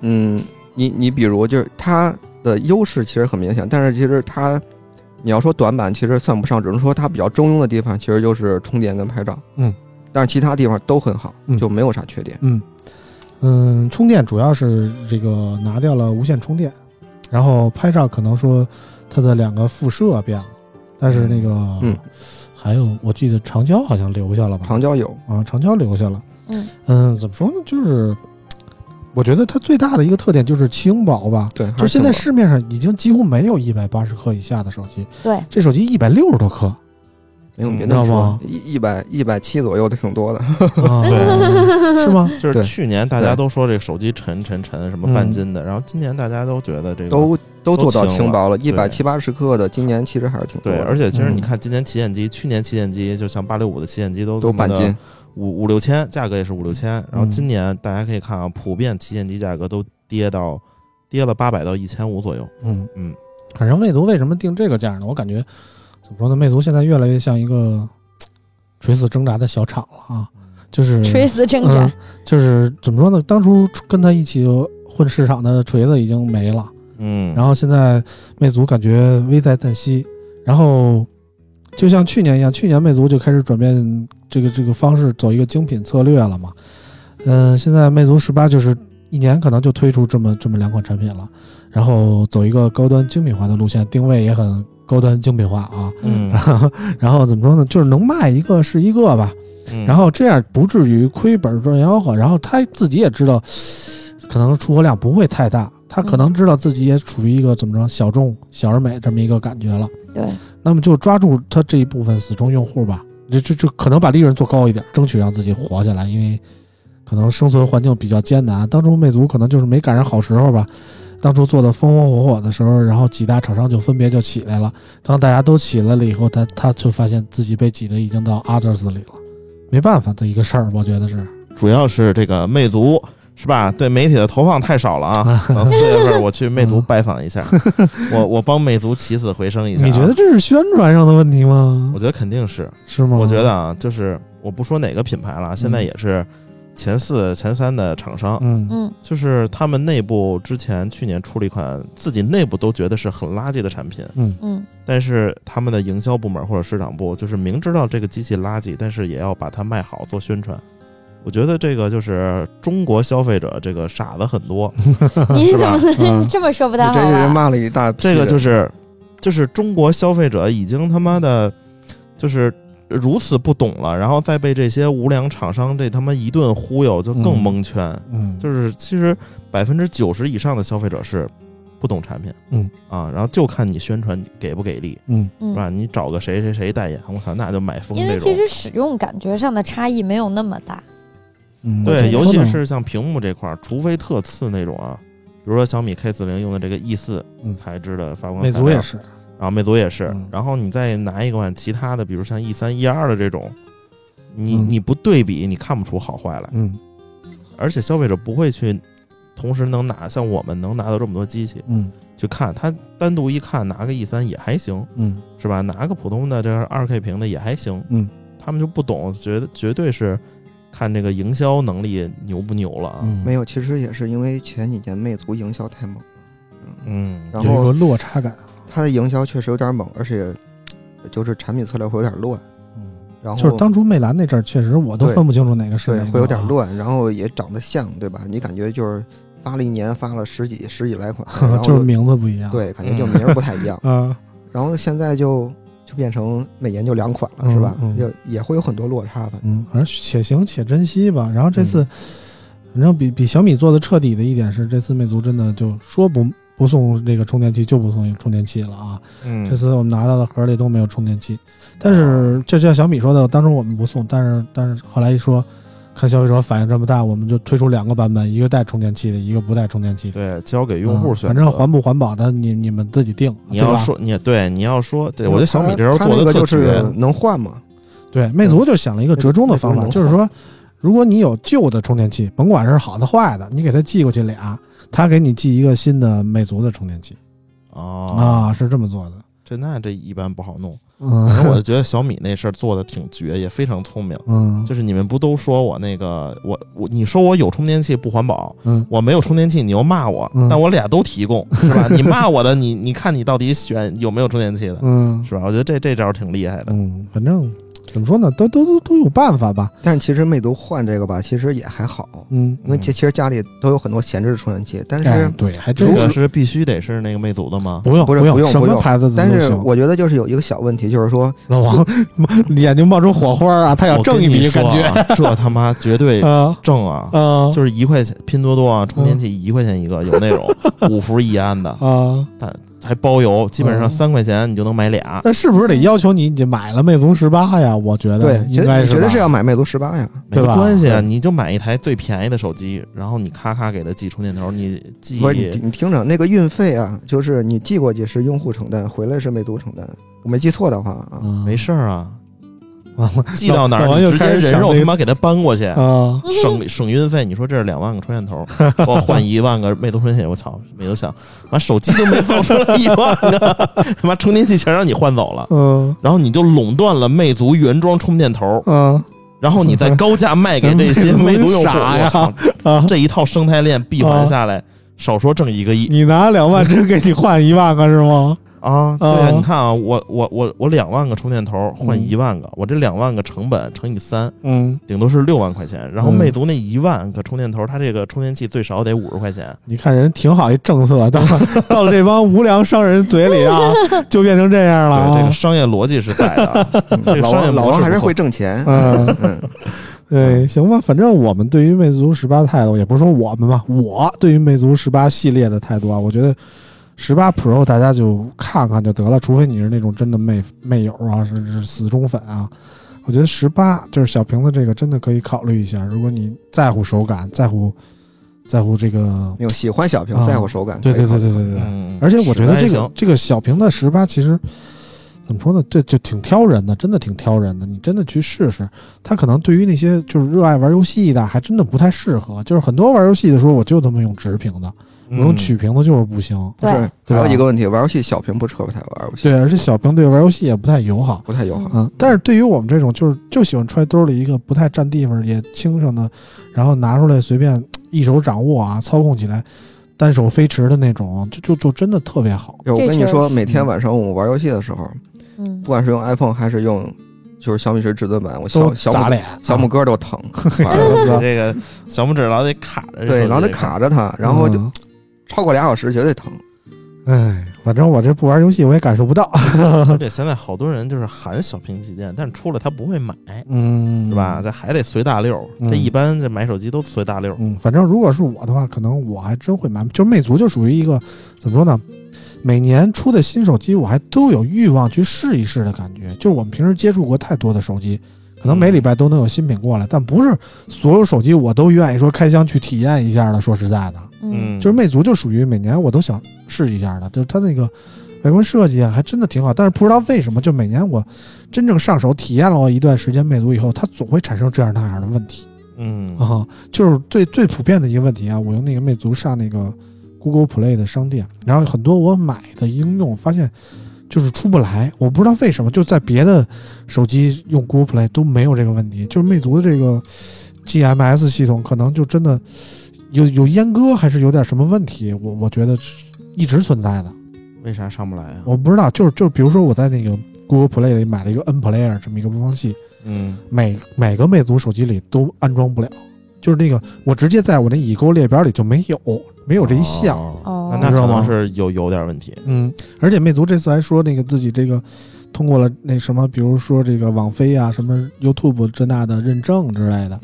S5: 嗯，你你比如就是它的优势其实很明显，但是其实它你要说短板，其实算不上，只能说它比较中庸的地方，其实就是充电跟拍照。
S3: 嗯，
S5: 但是其他地方都很好
S3: 嗯，
S5: 就没有啥缺点。
S3: 嗯，充电主要是这个拿掉了无线充电，然后拍照可能说它的两个副摄变了，但是那个
S5: 嗯
S3: 还有我记得长焦好像留下了吧？
S5: 长焦有，
S3: 啊，长焦留下了。
S2: 嗯
S3: 怎么说呢？就是我觉得它最大的一个特点就是轻薄吧。
S5: 对，还
S3: 就是现在
S5: 挺好
S3: 市面上已经几乎没有一百八十克以下的手机，
S2: 对，
S3: 这手机一百六十多 克
S5: 没有别
S3: 你知道
S5: 的
S3: 吗
S5: 说，一一百一百七左右的挺多的。
S3: 啊，是吗？
S4: 就
S5: 对
S4: 是去年大家
S5: 对
S4: 都说这个手机沉沉沉什么半斤的，然后今年大家都觉得这个
S5: 都都做到
S4: 都轻
S5: 轻薄了，一
S4: 对
S5: 百七八十克的，今年其实还是挺多
S4: 对，
S5: 的，
S4: 而且其实
S3: 嗯
S4: 你看今年旗舰机，去年旗舰机就像八六五的旗舰机都
S5: 都
S4: 这么
S5: 半
S4: 的
S5: 斤，
S4: 五五六千，价格也是五六千。然后
S3: 嗯
S4: 今年大家可以看啊，普遍旗舰机价格都跌到跌了八百到一千五左右。
S3: 嗯
S4: 嗯，
S3: 反正魅族为什么定这个价呢？我感觉怎么说呢？魅族现在越来越像一个嘖垂死挣扎的小厂了啊，就是
S2: 垂死挣扎
S3: 嗯，就是怎么说呢？当初跟他一起混市场的锤子已经没了，
S4: 嗯，
S3: 然后现在魅族感觉危在旦夕，然后就像去年一样，去年魅族就开始转变这个这个方式，走一个精品策略了嘛。嗯、现在魅族十八就是一年可能就推出这么这么两款产品了，然后走一个高端精品化的路线，定位也很高端精品化啊。
S4: 嗯，
S3: 然后怎么说呢，就是能卖一个是一个吧，
S4: 嗯
S3: 然后这样不至于亏本赚吆喝，然后他自己也知道，可能出货量不会太大，他可能知道自己也处于一个怎么着小众、小而美这么一个感觉了。
S2: 对，
S3: 那么就抓住他这一部分死忠用户吧，就就就可能把利润做高一点，争取让自己活下来，因为可能生存环境比较艰难。当初魅族可能就是没赶上好时候吧，当初做的风风火火的时候，然后几大厂商就分别就起来了。当大家都起来了以后，他他就发现自己被挤得已经到 others 里了，没办法的一个事儿，我觉得是。
S4: 主要是这个魅族是吧？对媒体的投放太少了 啊！
S3: 嗯
S4: 可能四月份我去魅族拜访一下，我我帮魅族起死回生一下啊。
S3: 你觉得这哦是宣传上的问题吗
S4: 我？觉得肯定是，
S3: 是吗？
S4: 我觉得啊，就是我不说哪个品牌了，现在也是前四、前三的厂商，
S3: 嗯，
S2: 嗯
S4: 就是他们内部之前去年出了一款自己内部都觉得是很垃圾的产品，
S3: 嗯
S2: 嗯
S4: 但是他们的营销部门或者市场部就是明知道这个机器垃圾，但是也要把它卖好做宣传。我觉得这个就是中国消费者这个傻子很多，
S2: 你
S5: 是
S2: 怎
S5: 吧
S2: 么能
S5: 嗯
S2: 这么说不太
S5: 你
S2: 好
S5: 真是
S2: 啊？
S5: 骂了一大批
S4: 这
S5: 人，
S4: 个就是就是中国消费者已经他妈的就是如此不懂了，然后再被这些无良厂商这他妈一顿忽悠，就更
S3: 嗯
S4: 蒙圈。
S3: 嗯，
S4: 就是其实百分之九十以上的消费者是不懂产品，
S3: 嗯
S4: 啊，然后就看你宣传给不给力，
S3: 嗯
S4: 是吧？
S2: 嗯，
S4: 你找个谁谁谁代言，我操，那就买疯
S2: 因为
S4: 这
S2: 其实
S4: 种。
S2: 使用感觉上的差异没有那么大。
S3: 嗯，
S4: 对，
S3: 怎么
S4: 尤
S3: 说
S4: 其
S3: 呢
S4: 是像屏幕这块儿，除非特次那种啊，比如说小米 K 四零用的这个 E 四
S3: 嗯
S4: 材质的发光材
S3: 魅
S4: 料，
S3: 族也是，
S4: 啊，魅族也是。
S3: 嗯
S4: 然后你再拿一款其他的，比如像 E 三、E 二的这种，你、
S3: 嗯
S4: 你不对比，你看不出好坏来。
S3: 嗯
S4: 而且消费者不会去同时能拿像我们能拿到这么多机器
S3: 嗯
S4: 去看，他单独一看拿个 E 三也还行，
S3: 嗯
S4: 是吧？拿个普通的这二 K 屏的也还行。
S3: 嗯，
S4: 他们就不懂，觉得绝对是看这个营销能力牛不牛了啊。
S3: 嗯，
S5: 没有，其实也是因为前几年魅族营销太猛了，嗯，
S4: 嗯，
S5: 然
S3: 有一
S5: 后
S3: 个落差感，
S5: 它的营销确实有点猛，而且呃就是产品策略会有点乱，
S3: 嗯，
S5: 然后
S3: 就是当初魅蓝那阵儿，确实我都
S5: 对
S3: 分不清楚哪个是
S5: 对
S3: 哪个，
S5: 会有点。
S4: 啊
S5: 乱，然后也长得像，对吧？你感觉就是发了一年发了十几十几来款， 然后
S3: 就是名字不
S4: 啊
S3: 一样。，
S5: 对，感
S4: 嗯
S5: 觉就名儿不太一样。
S3: 啊，
S5: 然后现在就就变成每年就两款了，是吧？
S3: 嗯嗯
S5: 就也会有很多落差吧。
S3: 嗯，反正且行且珍惜吧。然后这次，反正比比小米做的彻底的一点是，这次魅族真的就说不不送这个充电器就不送充电器了啊。
S4: 嗯哦
S3: 这次我们拿到的盒里都没有充电器，但是就像小米说的，当时我们不送，但是但是后来一说，看消费者反应这么大，我们就推出两个版本，一个带充电器的，一个不带充电器的。
S4: 对，交给用户
S3: 嗯
S4: 选择。
S3: 反正环不环保的，你你们自己定。
S4: 你
S3: 对
S4: 要
S3: 吧
S4: 说你对你要说，对
S5: 因为
S4: 我觉得小米
S5: 它
S4: 这时候
S5: 它
S4: 做的
S5: 那个
S4: 特
S5: 就是
S4: 绝，
S5: 能换吗？
S3: 对，魅
S4: 嗯
S3: 族就想了一个折中的方法，
S5: 嗯
S3: 就是说，如果你有旧的充电器，甭管是好的坏的，你给他寄过去俩，他给你寄一个新的魅族的充电器
S4: 哦，
S3: 啊，是这么做的。
S4: 这那这一般不好 弄。反正我
S3: 嗯
S4: 就觉得小米那事儿做的挺绝，也非常聪明。
S3: 嗯
S4: 就是你们不都说我那个我我你说我有充电器不环保，
S3: 嗯
S4: 我没有充电器你又骂我
S3: 嗯，
S4: 但我俩都 提供是吧？你骂我的你你看你到底选有没有充电器的
S3: 嗯
S4: 是吧？我觉得这这招挺厉害的。
S3: 嗯，反正怎么说呢，都都都都有办法吧。
S5: 但其实魅族换这个吧，其实也还好，
S3: 嗯，
S5: 因为其其实家里都有很多闲置的充电器，但是、
S3: 哎对，还
S4: 这
S3: 真
S4: 个
S3: 是
S4: 是必须得是那个魅族的吗？
S3: 不用
S5: 不是不
S3: 用
S5: 用
S3: 什
S5: 不
S3: 么
S5: 用
S3: 牌子的
S5: 但
S3: 都
S5: 是
S3: 行。
S5: 我觉得就是有一个小问题，就是说
S3: 老王 眼睛冒出火花啊，他想
S4: 我
S3: 挣
S4: 跟
S3: 一
S4: 你
S3: 笔，
S4: 说
S3: 感觉
S4: 啊 这他妈绝对
S3: 啊
S4: 挣啊！
S3: 啊
S4: 就是一块钱，拼多多啊，充电
S3: 嗯
S4: 器一块钱一个，有 那种五伏一安的，
S3: 啊！
S4: 还包邮，基本上
S3: 嗯
S4: 三块钱你就能买俩。
S3: 那是不是得要求你你买了魅族十八呀？我觉得
S5: 对，
S3: 应该
S5: 绝绝对
S3: 吧
S5: 是要买魅族十八呀。
S4: 没
S3: 对吧嗯
S4: 关系啊，你就买一台最便宜的手机，然后你咔咔给它寄充电头，你寄
S5: 不是你你听着，那个运费啊，就是你寄过去是用户承担，回来是魅族承担，我没记错的话啊。
S3: 嗯
S4: 没事儿啊，
S3: 完了
S4: 寄到哪
S3: 老
S4: 儿
S3: 王
S4: 你
S3: 又
S4: 直
S3: 开
S4: 接
S3: 始
S4: 人
S3: 想
S4: 肉
S3: 这
S4: 他
S3: 个
S4: 妈给它搬过去，
S3: 啊，
S4: 省省运费。你说这是两万个充电头，我换一万个魅族充电器，我操，没得想，妈手机都没放出来一万个，他妈充电器全让你换走了，
S3: 嗯
S4: 然后你就垄断了魅族原装充电头。
S3: 嗯
S4: 然后你再高价卖给这些
S3: 魅
S4: 魅
S3: 族
S4: 族用
S3: 嗯
S4: 户，
S3: 傻呀
S4: 我操，
S3: 啊，
S4: 这一套生态链闭环下来，少说挣一个亿
S3: 你拿两万真给你换一万个是吗？
S4: 啊！对
S3: 啊
S4: 啊，你看啊，我我我我两万个充电头换
S3: 嗯
S4: 一万个，我这两万个成本乘以三，
S3: 嗯，
S4: 顶多是六万块钱。然后
S3: 嗯
S4: 魅族那一万个充电头，它这个充电器最少得五十块钱。
S3: 你看人挺好一政策，到 了到了这帮无良商人嘴里啊，就变成这样了
S4: 对，这
S3: 啊
S4: 个。商业逻辑是在 的。
S5: 嗯
S4: 这个
S5: 老
S4: 商业
S5: 王老
S4: 模
S5: 王
S4: 式
S5: 还是
S4: 不错
S5: 会挣 钱。
S3: 嗯，
S5: 嗯，
S3: 对，行吧，反正我们对于魅族十八的态度，也不是说我们吧，我对于魅族十八系列的态度啊，我觉得十八 Pro 大家就看看就得了，除非你是那种真的魅魅友啊，是是死忠粉啊。我觉得十八就是小屏的这个真的可以考虑一下，如果你在乎手感，在乎在乎这个，
S5: 没有喜欢小屏
S3: 啊，
S5: 在乎手感。
S3: 对
S5: 可以
S3: 对对
S5: 考虑
S3: 对对对，
S4: 嗯，
S3: 而且我觉得这个
S4: 实在行
S3: 这个小屏的十八其实怎么说呢，这就挺挑人的，真的挺挑人的。你真的去试试，它可能对于那些就是热爱玩游戏的，还真的不太适合。就是很多玩游戏的时候，我就他妈用直屏的，我用
S4: 嗯
S3: 曲屏的就是不行。
S5: 不是
S2: 对，
S3: 对
S5: 还有
S3: 吧
S5: 一个问题，玩游戏小屏不扯不太玩游戏，
S3: 对，而且小屏对玩游戏也不太友好。
S5: 不太友好。
S3: 嗯，但是对于我们这种就是就喜欢揣兜里一个不太占地方也轻省的，然后拿出来随便一手掌握啊，操控起来单手飞驰的那种，就就就真的特别好。
S5: 就我
S2: 这
S5: 跟
S2: 确
S3: 嗯
S5: 你说，
S2: 实
S5: 每天晚上我玩游戏的时候，
S2: 嗯
S5: 不管是用 iPhone 还是用就是小米十至尊版，我
S3: 都
S5: 小小
S3: 砸
S5: 拇
S3: 脸，
S5: 小拇哥都 疼，
S3: 啊我操
S4: 这个小拇指老得卡着，
S3: 哎
S5: 对，然后得，卡着它，然后就
S3: 嗯
S5: 超过俩小时绝对疼。
S3: 哎，反正我这不玩游戏我也感受不到，
S4: 而且现在好多人就是喊小屏旗舰，但是出了他不会买，
S5: 哎
S3: 嗯，
S4: 是吧？？这还得随大溜儿，
S3: 嗯
S4: 这一般这买手机都随大溜儿，
S3: 嗯，反正如果是我的话，可能我还真会买，就是魅族就属于一个怎么说呢？每年出的新手机，我还都有欲望去试一试的感觉。就是我们平时接触过太多的手机，可能每
S5: 嗯
S3: 礼拜都能有新品过来，但不是所有手机我都愿意说开箱去体验一下的。说实在的，
S2: 嗯
S4: 嗯，
S3: 就是魅族就属于每年我都想试一下的，就是它那个外观设计啊，还真的挺好。但是不知道为什么，就每年我真正上手体验了一段时间魅族以后，它总会产生这样那样的问题。
S4: 嗯
S3: 啊，就是最最普遍的一个问题啊，我用那个魅族上那个 Google Play 的商店，然后很多我买的应用发现就是出不来，我不知道为什么，就在别的手机用 Google Play 都没有这个问题，就是魅族的这个 GMS 系统可能就真的有有阉割，还是有点什么问题，我我觉得是一直存在的，
S4: 为啥上不来啊？
S3: 我不知道，就是就是比如说我在那个 Google Play 里买了一个 N Player 这么一个播放器，
S4: 嗯，
S3: 每每个魅族手机里都安装不了，就是那个我直接在我那已购列表里就没有，没有这一项。
S4: 哦
S2: 哦
S4: 那那
S3: 知
S4: 可
S3: 道吗
S4: 能是有有点问题，
S3: 嗯，而且魅族这次还说那个自己这个通过了那什么，比如说这个网飞啊、什么 YouTube 这那的认证之类的，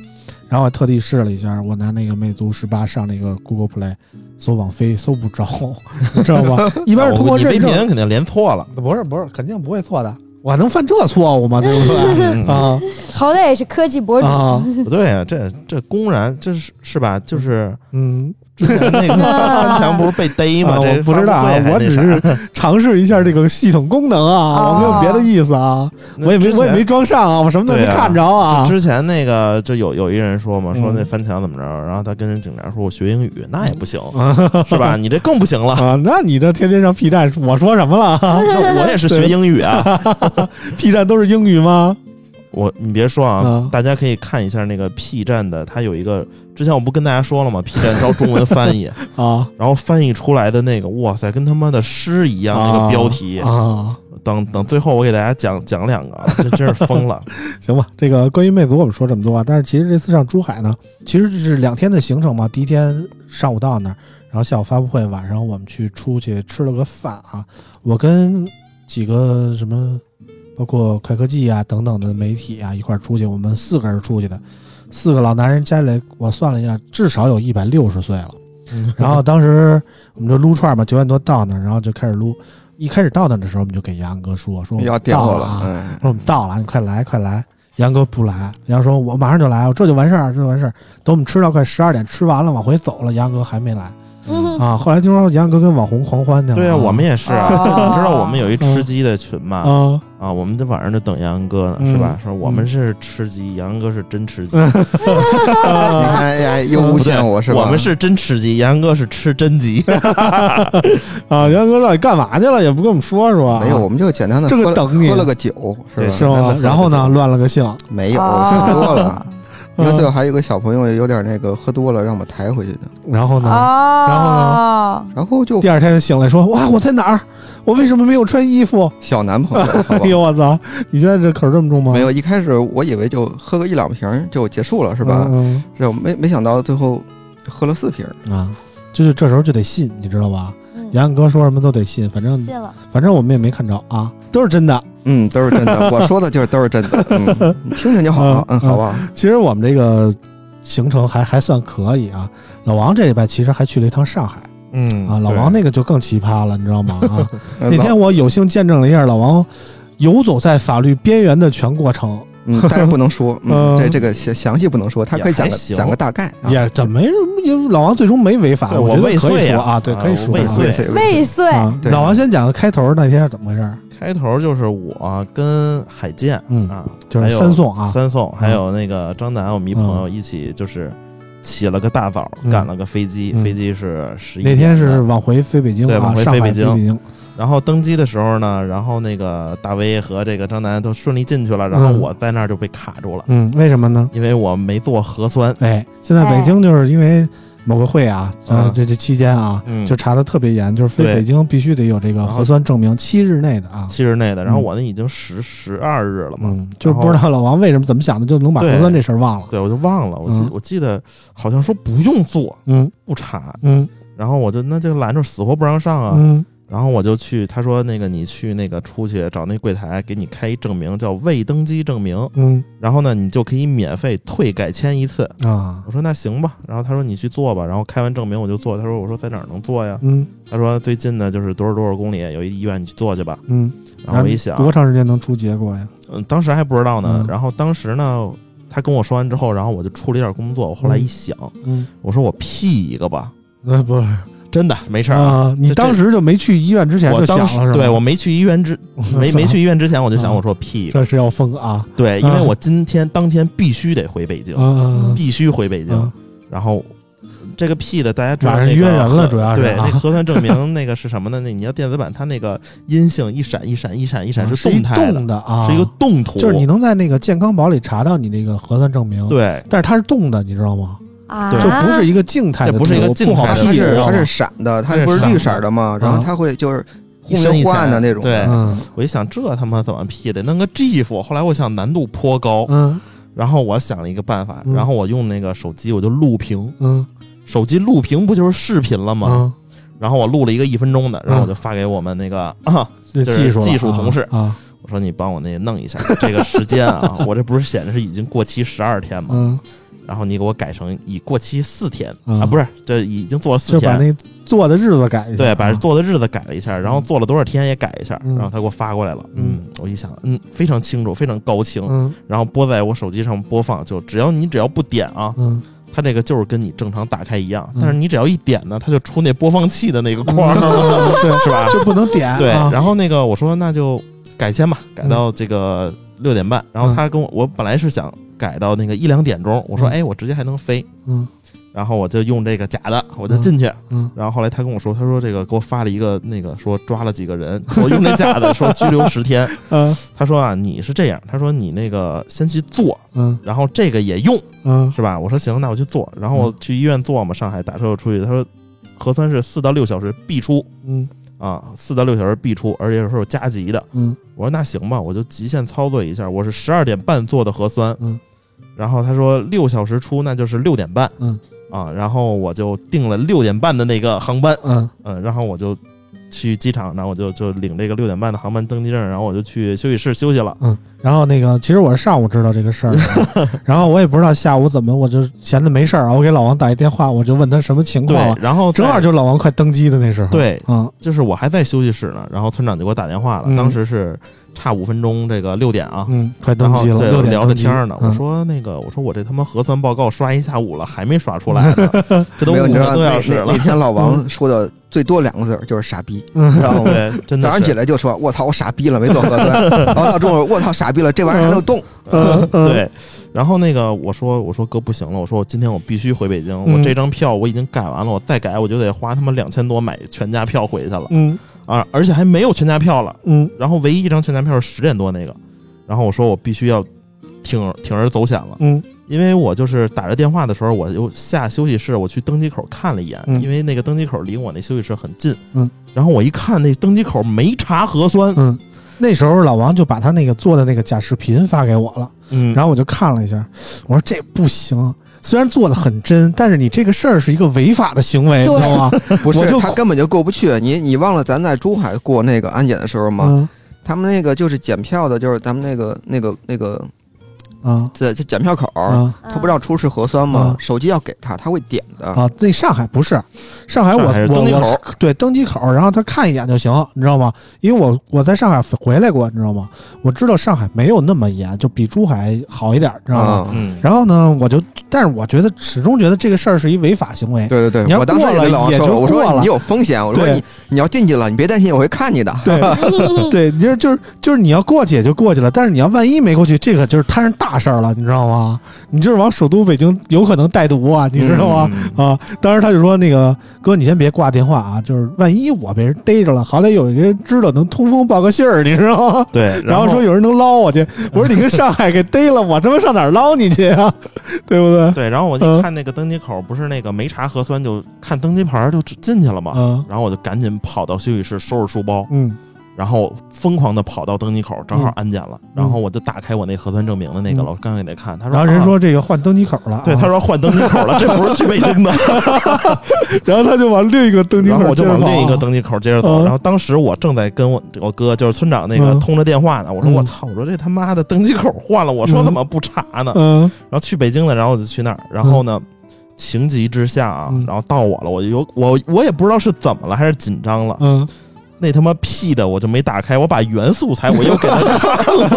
S3: 然后还特地试了一下，我拿那个魅族十八上那个 Google Play 搜网飞搜不着， 你知道吗？一
S4: 一
S3: 般是通过
S4: 啊你
S3: 认证，
S4: VPN 肯定连 错了，
S3: 不是不是，肯定不会错的，我还能犯这错误吗？对不对？
S4: 嗯
S3: 啊
S2: 好歹也是科技博主，
S3: 啊，
S4: 不 对啊，这这公然这是是吧？就是
S3: 嗯。
S4: 之前那个翻墙不是被逮吗？
S3: 啊
S4: 这
S3: 我不知道
S4: 发布
S3: 啊
S4: 会，还
S3: 我
S4: 那
S3: 只
S4: 啥
S3: 是尝试一下这个系统功能啊，
S2: 哦
S3: 我没有别的意思啊，
S4: 那
S3: 我也没
S4: 之前
S3: 我也没装上啊，我什么都没
S4: 对啊
S3: 看着啊。
S4: 之前那个就有有一人说嘛，说
S3: 嗯
S4: 那翻墙怎么着，然后他跟人警察说我学英语，那也不行，
S3: 嗯
S4: 是吧？你这更不行了。
S3: 啊，那你这天天上 P 站，我说什么了
S4: 那我也是学英语啊，
S3: ？P 站都是英语吗？
S4: 我你别说啊
S3: 嗯，
S4: 大家可以看一下那个 P 站的，它有一个之前我不跟大家说了吗？P 站招中文 翻译，
S3: 啊
S4: 然后翻译出来的那个，哇塞，跟他妈的诗一样那
S3: 啊
S4: 个标题。
S3: 啊，
S4: 等等，最后我给大家讲讲两个，啊这真是 疯了。
S3: 行吧，这个关于魅族我们说这么多啊，但是其实这次上珠海呢，其实是两天的行程嘛，第一天上午到那儿，然后下午发布会，晚上我们去出去吃了个饭啊，我跟几个什么，包括快科技啊等等的媒体啊一块儿出去，我们四个人出去的，四个老男人加起来，我算了一下，至少有一百六十岁了。
S5: 嗯
S3: 然后当时我们就撸串嘛，九点多到那儿，然后就开始撸。一开始到那儿的时候，我们就给杨哥说说我们
S5: 要
S3: 到
S5: 掉
S3: 了啊
S5: 了，嗯
S3: 我说我们到了，你快来快来。杨哥不来，杨说我马上就来，我这就完事儿，这就完事儿。等我们吃到快十二点，吃完了往回走了，杨哥还没来
S2: 嗯
S3: 啊。后来听说杨哥跟网红狂欢去了，
S4: 对啊，我们也是啊，
S2: 哦
S4: 你知道我们有一吃鸡的群嘛？
S3: 啊，
S4: 啊，我们这晚上就等杨哥呢，
S3: 嗯
S4: 是吧？说我们
S3: 嗯
S4: 是吃鸡，杨哥是真吃鸡，
S5: 你看，哎，又诬陷我是
S3: 哦
S5: 吧？
S4: 我们是真吃鸡，杨哥是吃 真鸡。
S3: 啊，杨哥到底干嘛去了？也不跟我们说说啊，
S5: 没有，我们就简单的
S3: 这个
S5: 喝了
S3: 等你
S5: 喝了个酒是
S4: 对
S5: 吧？
S3: 是吗？然后呢，乱了个性，
S5: 没有，
S2: 哦
S5: 喝多了。因 为
S3: 嗯
S5: 最后还有一个小朋友有点那个喝多了，让我们抬回去的。
S3: 然后
S2: 啊
S3: 呢，
S2: 哦，
S5: 然后就
S3: 第二天醒来说哇，我在哪儿？我为什么没有穿衣服？
S5: 小男朋友，好吧
S3: 哎呦我操！你现在这口这么重吗？
S5: 没有，一开始我以为就喝个一两瓶儿就结束了，是吧？
S3: 嗯
S5: 这我没没想到最后喝了四瓶儿，
S3: 嗯啊，就是这时候就得信，你知道吧？
S2: 嗯
S3: 杨哥说什么都得信，反正
S2: 信了，
S3: 反正我们也没看着啊，都是真的。
S5: 嗯，都是 真的。我说的就是都是真的，嗯，你听听就好，
S3: 嗯
S5: 嗯，好不好？
S3: 其实我们这个行程还还算可以啊。老王这礼拜其实还去了一趟上海
S4: 嗯
S3: 啊，老王那个就更奇葩了，你知道 吗？啊，
S5: 那
S3: 那天我有幸见证了一下老王游走在法律边缘的全过程，
S5: 嗯，但是不能说，
S3: 嗯
S5: 嗯，这这个详详细不能说，他可以讲
S4: 也还
S5: 个
S4: 行
S5: 讲个大概啊。
S3: 也怎么因为老王最终没违法，
S4: 对
S3: 我觉
S4: 我
S3: 得
S4: 未
S3: 可以
S4: 遂
S3: 说
S4: 啊
S3: 啊，对，
S4: 啊
S3: 可以
S4: 我
S3: 说
S4: 未
S3: 啊
S4: 遂
S5: 未遂
S2: 未遂，
S3: 啊。
S5: 对
S3: 老王先讲个开头那天是怎么回事儿？
S4: 开头就是我跟海健，
S3: 嗯
S4: 啊，
S3: 就
S4: 还
S3: 是
S4: 有
S3: 三宋啊，
S4: 三宋，还有那个张楠，我们一朋友一起就是起了个大早，
S3: 嗯
S4: 赶了个飞机，
S3: 嗯
S4: 飞机是十一。
S3: 那天是往回飞北京
S4: 对
S3: 啊，
S4: 往回
S3: 上
S4: 飞
S3: 海
S4: 北
S3: 飞
S4: 京
S3: 北京，
S4: 然后登机的时候呢，然后那个大威和这个张楠都顺利进去了，然后
S3: 嗯
S4: 我在那儿就被卡住了，
S3: 嗯，为什么呢？
S4: 因为我没做核酸。
S3: 哎，现在北京就是因为某个会啊，
S5: 啊
S3: 这这期间啊，
S4: 嗯
S3: 就查的特别严，就是非
S4: 对
S3: 北京必须得有这个
S4: 然后
S3: 核酸证明，七日内的啊。
S4: 七日内的，然后
S3: 嗯
S4: 我那已经十十二日了嘛，
S3: 嗯，就是不知道老王为什么怎么想的，就能把
S4: 对
S3: 核酸这事儿忘了。
S4: 对我就忘了，我记、
S3: 嗯
S4: 我记得好像说不用做
S3: 嗯
S4: 不查，
S3: 嗯
S4: 然后我就那就拦着死活不让上啊，
S3: 嗯
S4: 然后我就去他说那个你去那个出去找那柜台给你开一证明叫未登机证明，
S3: 嗯
S4: 然后呢你就可以免费退改签一次，
S3: 啊
S4: 我说那行吧，然后他说你去做吧，然后开完证明我就做，他说我说在哪儿能做呀？
S3: 嗯
S4: 他说最近呢就是多少多少公里有一医院，你去做去吧。
S3: 嗯，
S4: 然后我一想，
S3: 多长时间能出结果呀？
S4: 嗯，当时还不知道呢。
S3: 嗯
S4: 然后当时呢，他跟我说完之后，然后我就处理点工作。我后来一想，
S3: 嗯，
S4: 我说我 P 一个吧，
S3: 那呃不是
S4: 真的没事儿
S3: 啊，你
S4: 这
S3: 当时就没去医院之前
S4: 我
S3: 就想
S4: 当
S3: 了
S4: 时
S3: 是吧？
S4: 对我没去医院之 没没去，医院之前，我就想
S3: 嗯
S4: 我说我 P 一个，
S3: 这是要疯啊！
S4: 对，因为
S3: 嗯
S4: 我今天当天必须得回北京，
S3: 嗯，
S4: 必须回北京。
S3: 嗯
S4: 然后这个 P 的大家知道
S3: 晚上
S4: 那个
S3: 约人了
S4: 核
S3: 主要是
S4: 对
S3: 啊
S4: 那核酸证明那个是什么呢？那你要电子版，它那个阴性一闪一闪一闪一闪是
S3: 嗯是一
S4: 动态的，
S3: 动的啊，
S4: 是一个动图，
S3: 就是你能在那个健康宝里查到你那个核酸证明，，
S4: 对。
S3: 但是它是动的，你知道吗？
S2: 啊，
S4: 对啊
S3: 就不是一个静态的
S4: 这
S3: 图，
S4: 不是一个静态
S3: 不
S4: 的
S3: 好
S4: 图
S5: 它
S3: 批
S5: 是
S3: 评
S5: 它是闪的，它
S4: 这
S5: 不是
S4: 是
S5: 绿
S4: 闪
S5: 色的嘛，然后
S3: 啊
S5: 它会就是忽
S4: 一深
S5: 明
S4: 一
S5: 忽暗
S4: 浅
S5: 的那种的。
S4: 对
S3: 嗯
S4: 我一想，这他妈怎么 P 的？弄个 GIF，后来我想难度颇高，
S3: 嗯
S4: 然后我想了一个办法，
S3: 嗯
S4: 然后我用那个手机我就录屏，
S3: 嗯
S4: 手机录屏不就是视频了吗？
S3: 嗯，
S4: 然后我录了一个一分钟的，然后我就发给我们那个啊，
S3: 这
S4: 就是
S3: 技术了
S4: 技术同事
S3: 啊啊，
S4: 我说你帮我那弄一下这个时间啊，我这不是显示已经过期十二天吗？
S3: 嗯，
S4: 然后你给我改成已过期四天、
S3: 嗯
S4: 啊，不是，这已经做了四
S3: 就把
S4: 天，
S3: 那做的日子改一下，
S4: 对，把
S3: 啊
S4: 做的日子改了一下，然后做了多少天也改一下，
S3: 嗯
S4: 然后他给我发过来了，
S3: 嗯
S4: 嗯，我一想，嗯，非常清楚，非常高清，
S3: 嗯
S4: 然后播在我手机上播放，就只要你只要不点啊，
S3: 嗯，
S4: 它这个就是跟你正常打开一样，
S3: 嗯
S4: 但是你只要一点呢，它就出那播放器的那 个框，
S3: 嗯对，
S4: 是吧？
S3: 就不能点，
S4: 对，
S3: 啊嗯
S4: 然后那个我说那就改签吧，改到这个六点半。然后他跟我，我本来是想改到那个一两点钟，我说
S3: 嗯
S4: 哎，我直接还能飞。
S3: 嗯
S4: 然后我就用这个假的，我就进去。
S3: 嗯
S4: 然后后来他跟我说，他说这个给我发了一个那个说抓了几个人，我用这假的说拘留十天。
S3: 嗯
S4: 他说啊，你是这样，他说你那个先去做，
S3: 嗯
S4: 然后这个也用
S3: 嗯
S4: 是吧？我说行，那我去做。然后我去医院做嘛，上海打车我出去，他说核酸是四到六小时必出
S3: 嗯
S4: 啊，四到六小时必出，而且是有加急的。
S3: 嗯
S4: 我说那行吧，我就极限操作一下。我是十二点半做的核酸，
S3: 嗯，
S4: 然后他说六小时出，那就是六点半，
S3: 嗯，
S4: 啊，然后我就定了六点半的那个航班，
S3: 嗯
S4: 嗯，然后我就去机场，然后我就就领这个六点半的航班登机证，然后我就去休息室休息了。
S3: 嗯，然后那个，其实我是上午知道这个事儿的， 然后我也不知道下午怎么，我就闲着没事儿啊，我给老王打一电话，我就问他什么情
S4: 对
S3: 况了，，
S4: 然后
S3: 正好
S4: 在
S3: 就老王快登机的那时候，，
S4: 对，
S3: 嗯
S4: 就是我还在休息室呢，然后村长就给我打电话了，
S3: 嗯
S4: 当时是差五分钟，这个六点啊。
S3: 嗯，快
S4: 然
S3: 登
S4: 后
S3: 机了，
S4: 对
S3: 六点
S4: 聊着
S3: 登机
S4: 天儿呢，
S3: 嗯
S4: 我说那个，我说我这他妈核酸报告刷一下午了，还没刷出来 呢，这都五
S5: 没有，你知
S4: 个
S5: 道
S4: 多
S5: 那
S4: 小时
S5: 那
S4: 了
S5: 那。天老王说的最多两个字儿就是傻逼，
S3: 嗯
S5: 你知道吗？
S4: 对，真的
S5: 早上
S4: 是
S5: 起来就说：“我操，我傻逼了，没做核酸。”然后到中午，我操，傻逼了，这玩意儿还能动？
S3: 嗯嗯
S4: 对，然后那个我说我说哥不行了，我说我今天我必须回北京，我
S3: 嗯
S4: 这张票我已经改完了，我再改我就得花他妈两千多买全家票回去了
S3: 嗯
S4: 啊，而且还没有全家票了，
S3: 嗯
S4: 然后唯一一张全家票是十点多那个，然后我说我必须要铤铤而走险了，
S3: 嗯
S4: 因为我就是打着电话的时候，我就下休息室，我去登机口看了一眼，
S3: 嗯
S4: 因为那个登机口离我那休息室很近，
S3: 嗯，
S4: 然后我一看那登机口没查核酸，
S3: 嗯，那时候老王就把他那个做的那个假视频发给我了，
S4: 嗯
S3: 然后我就看了一下，我说这不行。虽然做的很真，但是你这个事儿是一个违法的行为，你知
S2: 对
S3: 道吗？
S5: 不
S3: 我
S5: 是
S3: 就，
S5: 他根本就过不去。你你忘了咱在珠海过那个安检的时候吗？
S3: 嗯
S5: 他们那个就是检票的，就是咱们那个那个那个
S3: 啊
S5: 在在检票口，
S3: 啊
S2: 嗯
S5: 他不让出示核酸
S3: 啊
S5: 吗？手机要给他，他会点的。
S3: 啊！那上海不是，上海我
S4: 上海是
S3: 我
S4: 登机
S3: 我
S4: 口
S3: 是对登机口，然后他看一眼就行，你知道吗？因为我我在上海回来过，你知道吗？我知道上海没有那么严，就比珠海好一点，你知道吗？
S5: 啊，
S4: 嗯，
S3: 然后呢，我就，但是我觉得始终觉得这个事儿是一违法行为。
S5: 对对
S3: 你
S5: 对，
S3: 要
S5: 我当时也
S3: 过了
S5: 跟老王
S3: 也
S5: 说
S3: 就
S5: 我
S3: 过
S5: 说
S3: 了
S5: 你有风险，我说
S3: 对
S5: 你你要进去了，你别担心，我会看 你的。
S3: 对对，就是就是就是你要过去也就过去了，但是你要万一没过去，这个就是摊上大大事儿了，你知道吗？你就是往首都北京有可能带毒啊，你知道吗？
S4: 嗯
S3: 啊，当时他就说那个哥，你先别挂电话啊，就是万一我被人逮着了，好歹有一个人知道能通风报个信儿，你知道吗？
S4: 对，
S3: 然
S4: 后
S3: 后说有人能捞我去，我说你跟上海给逮了，我他妈上哪儿捞你去啊？对不对？
S4: 对，然后我
S3: 嗯
S4: 就看那个登机口，不是那个没查核酸就看登机牌儿就进去了嘛，
S3: 嗯
S4: 然后我就赶紧跑到休息室收拾书包，
S3: 嗯
S4: 然后疯狂的跑到登机口，正好
S3: 嗯
S4: 安检了，然后我就打开我那核酸证明的那个
S3: 嗯
S4: 了，我刚给他看，他说，
S3: 然后人
S4: 啊
S3: 说这个换登机口了啊，
S4: 对，他说换登机口了，这不是去北京的。
S3: 然后他就往另一个登机口接着跑啊，
S4: 然后我就往另一个登机口接着走。
S3: 嗯
S4: 然后当时我正在跟我我哥，就是村长那个
S3: 嗯
S4: 通着电话呢。我说
S3: 嗯
S4: 我操，我说这他妈的登机口换了，我说
S3: 嗯
S4: 怎么不查呢？
S3: 嗯
S4: 然后去北京的，然后我就去那儿，然后呢。情急之下啊
S3: 嗯，
S4: 然后到我了，我就有我我也不知道是怎么了，还是紧张了，
S3: 嗯，
S4: 那他妈屁的我就没打开，我把原素材我又给 他看了，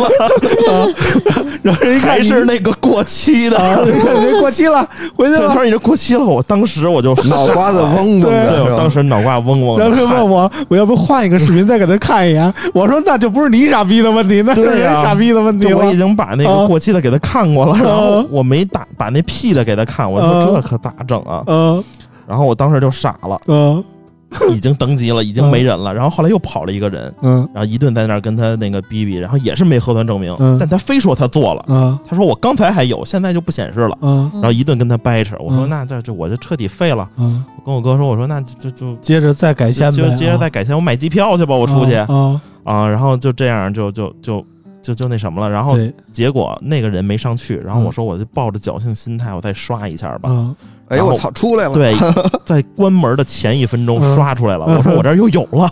S3: 然后人一看
S4: 还
S3: 你
S4: 是那个过期的，
S3: 啊，人一看人过期了，回去
S4: 对，他
S3: 了。
S4: 说你这过期了，我当时 我就
S5: 脑瓜子嗡嗡
S3: 对
S5: 的，
S4: 对
S5: 是吧
S4: 我当时脑瓜嗡嗡的，
S3: 然后他
S4: 汗
S3: 问我，我要不换一个视频再给他看一眼？我说那就不是你傻逼的问题，那就是
S4: 对呀
S3: 人傻逼的问题
S4: 就
S3: 了
S4: 我已。经把那
S3: 啊
S4: 个过期的给他看过了，
S3: 啊
S4: 然后我没打把那屁的给他看，我说
S3: 啊
S4: 这可咋整啊？
S3: 嗯
S4: 然后我当时就傻了，
S3: 嗯
S4: 已经登机了，已经
S3: 啊
S4: 没人了。然后后来又跑了一个人，
S3: 嗯
S4: 然后一顿在那儿跟他那个逼逼，然后也是没核酸证明
S3: 嗯，
S4: 但他非说他做了，
S3: 嗯
S4: 他说我刚才还有，现在就不显示了。
S3: 嗯
S4: 然后一顿跟他掰扯，我说
S3: 嗯
S4: 那这这我就彻底废了。
S3: 嗯，
S4: 我跟我哥说，我说那就就就
S3: 接着再改签呗
S4: 就
S3: 啊，
S4: 接着再改签，我买机票去吧，我出去
S3: 啊啊，
S4: 啊。然后就这样就就就就就那什么了。然后
S3: 对
S4: 结果那个人没上去，然后
S3: 嗯
S4: 我说我就抱着侥幸心态，我再刷一下吧。
S3: 嗯
S5: 哎呦我操，出来了！
S4: 对，在关门的前一分钟
S3: 嗯
S4: 刷出来了，我说我这儿又有 了。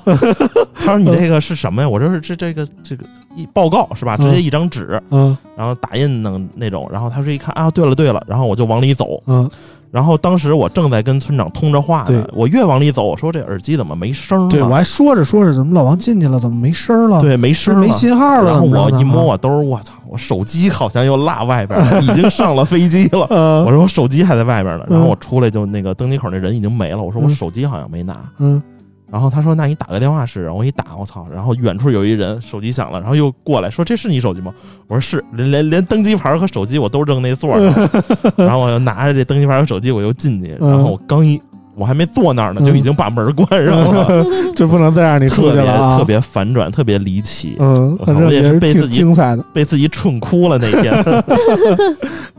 S4: 他说你这个是什么呀？我这是这这个这个一报告是吧？
S3: 嗯
S4: 直接一张纸，
S3: 嗯
S4: 然后打印弄那种。然后他说一看啊，对了对了，然后我就往里走。
S3: 嗯
S4: 然后当时我正在跟村长通着话呢
S3: 对，
S4: 我越往里走，我说这耳机怎么没声儿
S3: 对我
S4: 了？
S3: 还说着说着，怎么老王进去了，怎么没声儿了？，
S4: 对，没声
S3: 是
S4: 儿
S3: 没
S4: 了。
S3: 信号了。
S4: 然后
S3: 怎么
S4: 我
S3: 着呢
S4: 一摸，我兜儿，我操，我手机好像又落外边 了，已经上了飞机了。
S3: 嗯
S4: 我说我手机还在外边呢，
S3: 嗯
S4: 然后我出来就那个登机口那人已经没了，我说我
S3: 嗯
S4: 手机好像没拿，
S3: 嗯
S4: 然后他说那你打个电话试试，然后我一打，我操，然后远处有一人手机响了，然后又过来说这是你手机吗？我说是，连连连登机牌和手机我都扔那座儿 上了，然后我就拿着这登机牌和手机我又进去，
S3: 嗯
S4: 然后我刚一我还没坐那儿呢，
S3: 嗯
S4: 就已经把门关上 了，
S3: 这不能再让你出
S4: 特
S3: 去
S4: 别
S3: 了啊！
S4: 特别反转，特别离奇，
S3: 嗯，
S4: 我
S3: 反正
S4: 我也是
S3: 是
S4: 被
S3: 挺
S4: 自己
S3: 精彩的。
S4: 被自己蠢哭了那 天。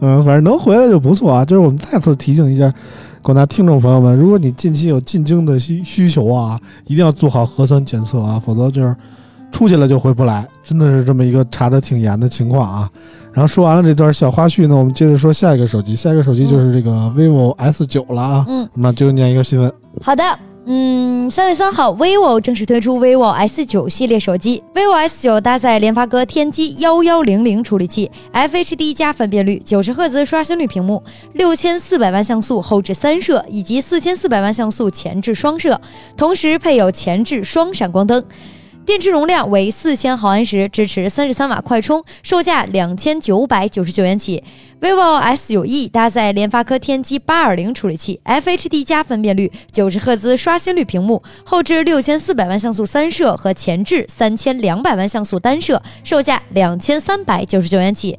S3: 嗯，反正能回来就不错啊。就是我们再次提醒一下广大听众朋友们，如果你近期有进京的需需求啊，一定要做好核酸检测啊，否则就是出去了就回不来，真的是这么一个查的挺严的情况啊。然后说完了这段小花絮呢，我们接着说下一个手机，下一个手机就是这个 vivo S 九了啊。
S2: 嗯，
S3: 那就念一个新闻，
S2: 好的，嗯，三月三号，vivo 正式推出 vivo S 九系列手机。vivo S 九搭载联发科天玑幺幺零零处理器，FHD 加分辨率，九十赫兹刷新率屏幕，六千四百万像素后置三摄以及四千四百万像素前置双摄，同时配有前置双闪光灯。电池容量为四千毫安时，支持三十三瓦快充，售价两千九百九十九元起。vivo S 9 E 搭载联发科天玑八二零处理器，FHD 加分辨率，九十赫兹刷新率屏幕，后置六千四百万像素三摄和前置三千两百万像素单摄，售价两千三百九十九元起。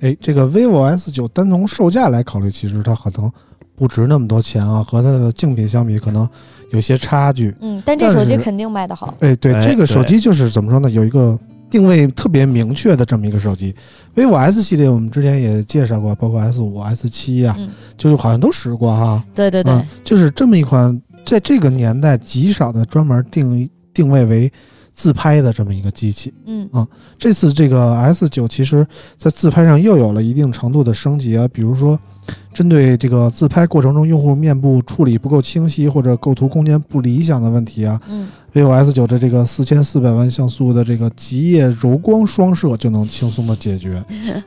S3: 哎，这个 vivo S 九单从售价来考虑，其实它可能不值那么多钱啊，和它的竞品相比，可能有些差距。
S2: 嗯，但这
S3: 但
S2: 手机
S3: 是
S2: 肯定卖得好。
S3: 哎，对，
S4: 哎
S3: 这个手机就是怎么说呢？有一个定位特别明确的这么一个手机。vivo S 系列我们之前也介绍过，包括 S 五、S 七呀、
S2: 嗯
S3: 就是好像都使过哈、
S2: 对对对，
S3: 嗯，就是这么一款在这个年代极少的专门定定位为自拍的这么一个机器。
S2: 嗯
S3: 这次这个 S 九其实在自拍上又有了一定程度的升级啊，比如说针对这个自拍过程中用户面部处理不够清晰或者构图空间不理想的问题啊
S2: 嗯
S3: ，vivo S 九的这个四千四百万像素的这个极夜柔光双摄就能轻松的解决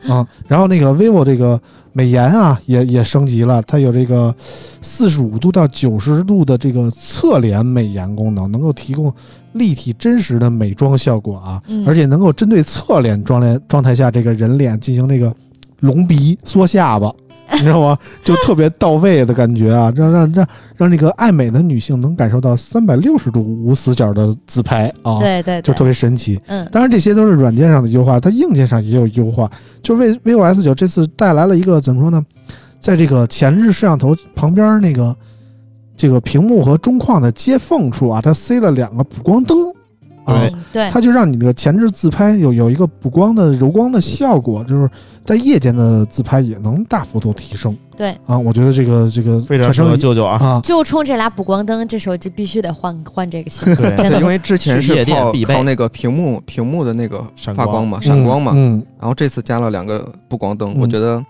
S3: 啊、然后那个 vivo 这个美颜啊也也升级了，它有这个四十五度到九十度的这个侧脸美颜功能，能够提供立体真实的美妆效果啊。
S2: 嗯，
S3: 而且能够针对侧脸状态状态下这个人脸进行这个隆鼻、缩下巴，你知道吗？就特别到位的感觉啊，让让让让那个爱美的女性能感受到三百六十度无死角的自拍啊，
S2: 对对
S3: 就
S2: 对，
S3: 特别神奇。
S2: 嗯，
S3: 当然，这些都是软件上的优化，它硬件上也有优化。就为 vivo S 九这次带来了一个怎么说呢，在这个前置摄像头旁边那个这个屏幕和中框的接缝处啊，它塞了两个补光灯，啊
S5: 对，
S2: 嗯对，
S3: 它就让你的前置自拍有有一个补光的柔光的效果，就是在夜间的自拍也能大幅度提升。
S2: 对
S3: 啊，我觉得这个这个
S4: 非常
S3: 产
S4: 适
S3: 生
S4: 合舅舅啊，
S3: 啊，
S2: 就冲这俩补光灯，这手机必须得换换这个新，
S4: 对
S2: 真
S5: 对，因
S2: 的。
S5: 为之前
S4: 去
S5: 是
S4: 夜店
S5: 靠
S4: 必备
S5: 靠那个屏幕屏幕的那个
S4: 闪
S5: 发
S4: 光
S5: 光嘛，闪光嘛，
S3: 嗯
S5: 然后这次加了两个布光灯，
S3: 嗯
S5: 我觉得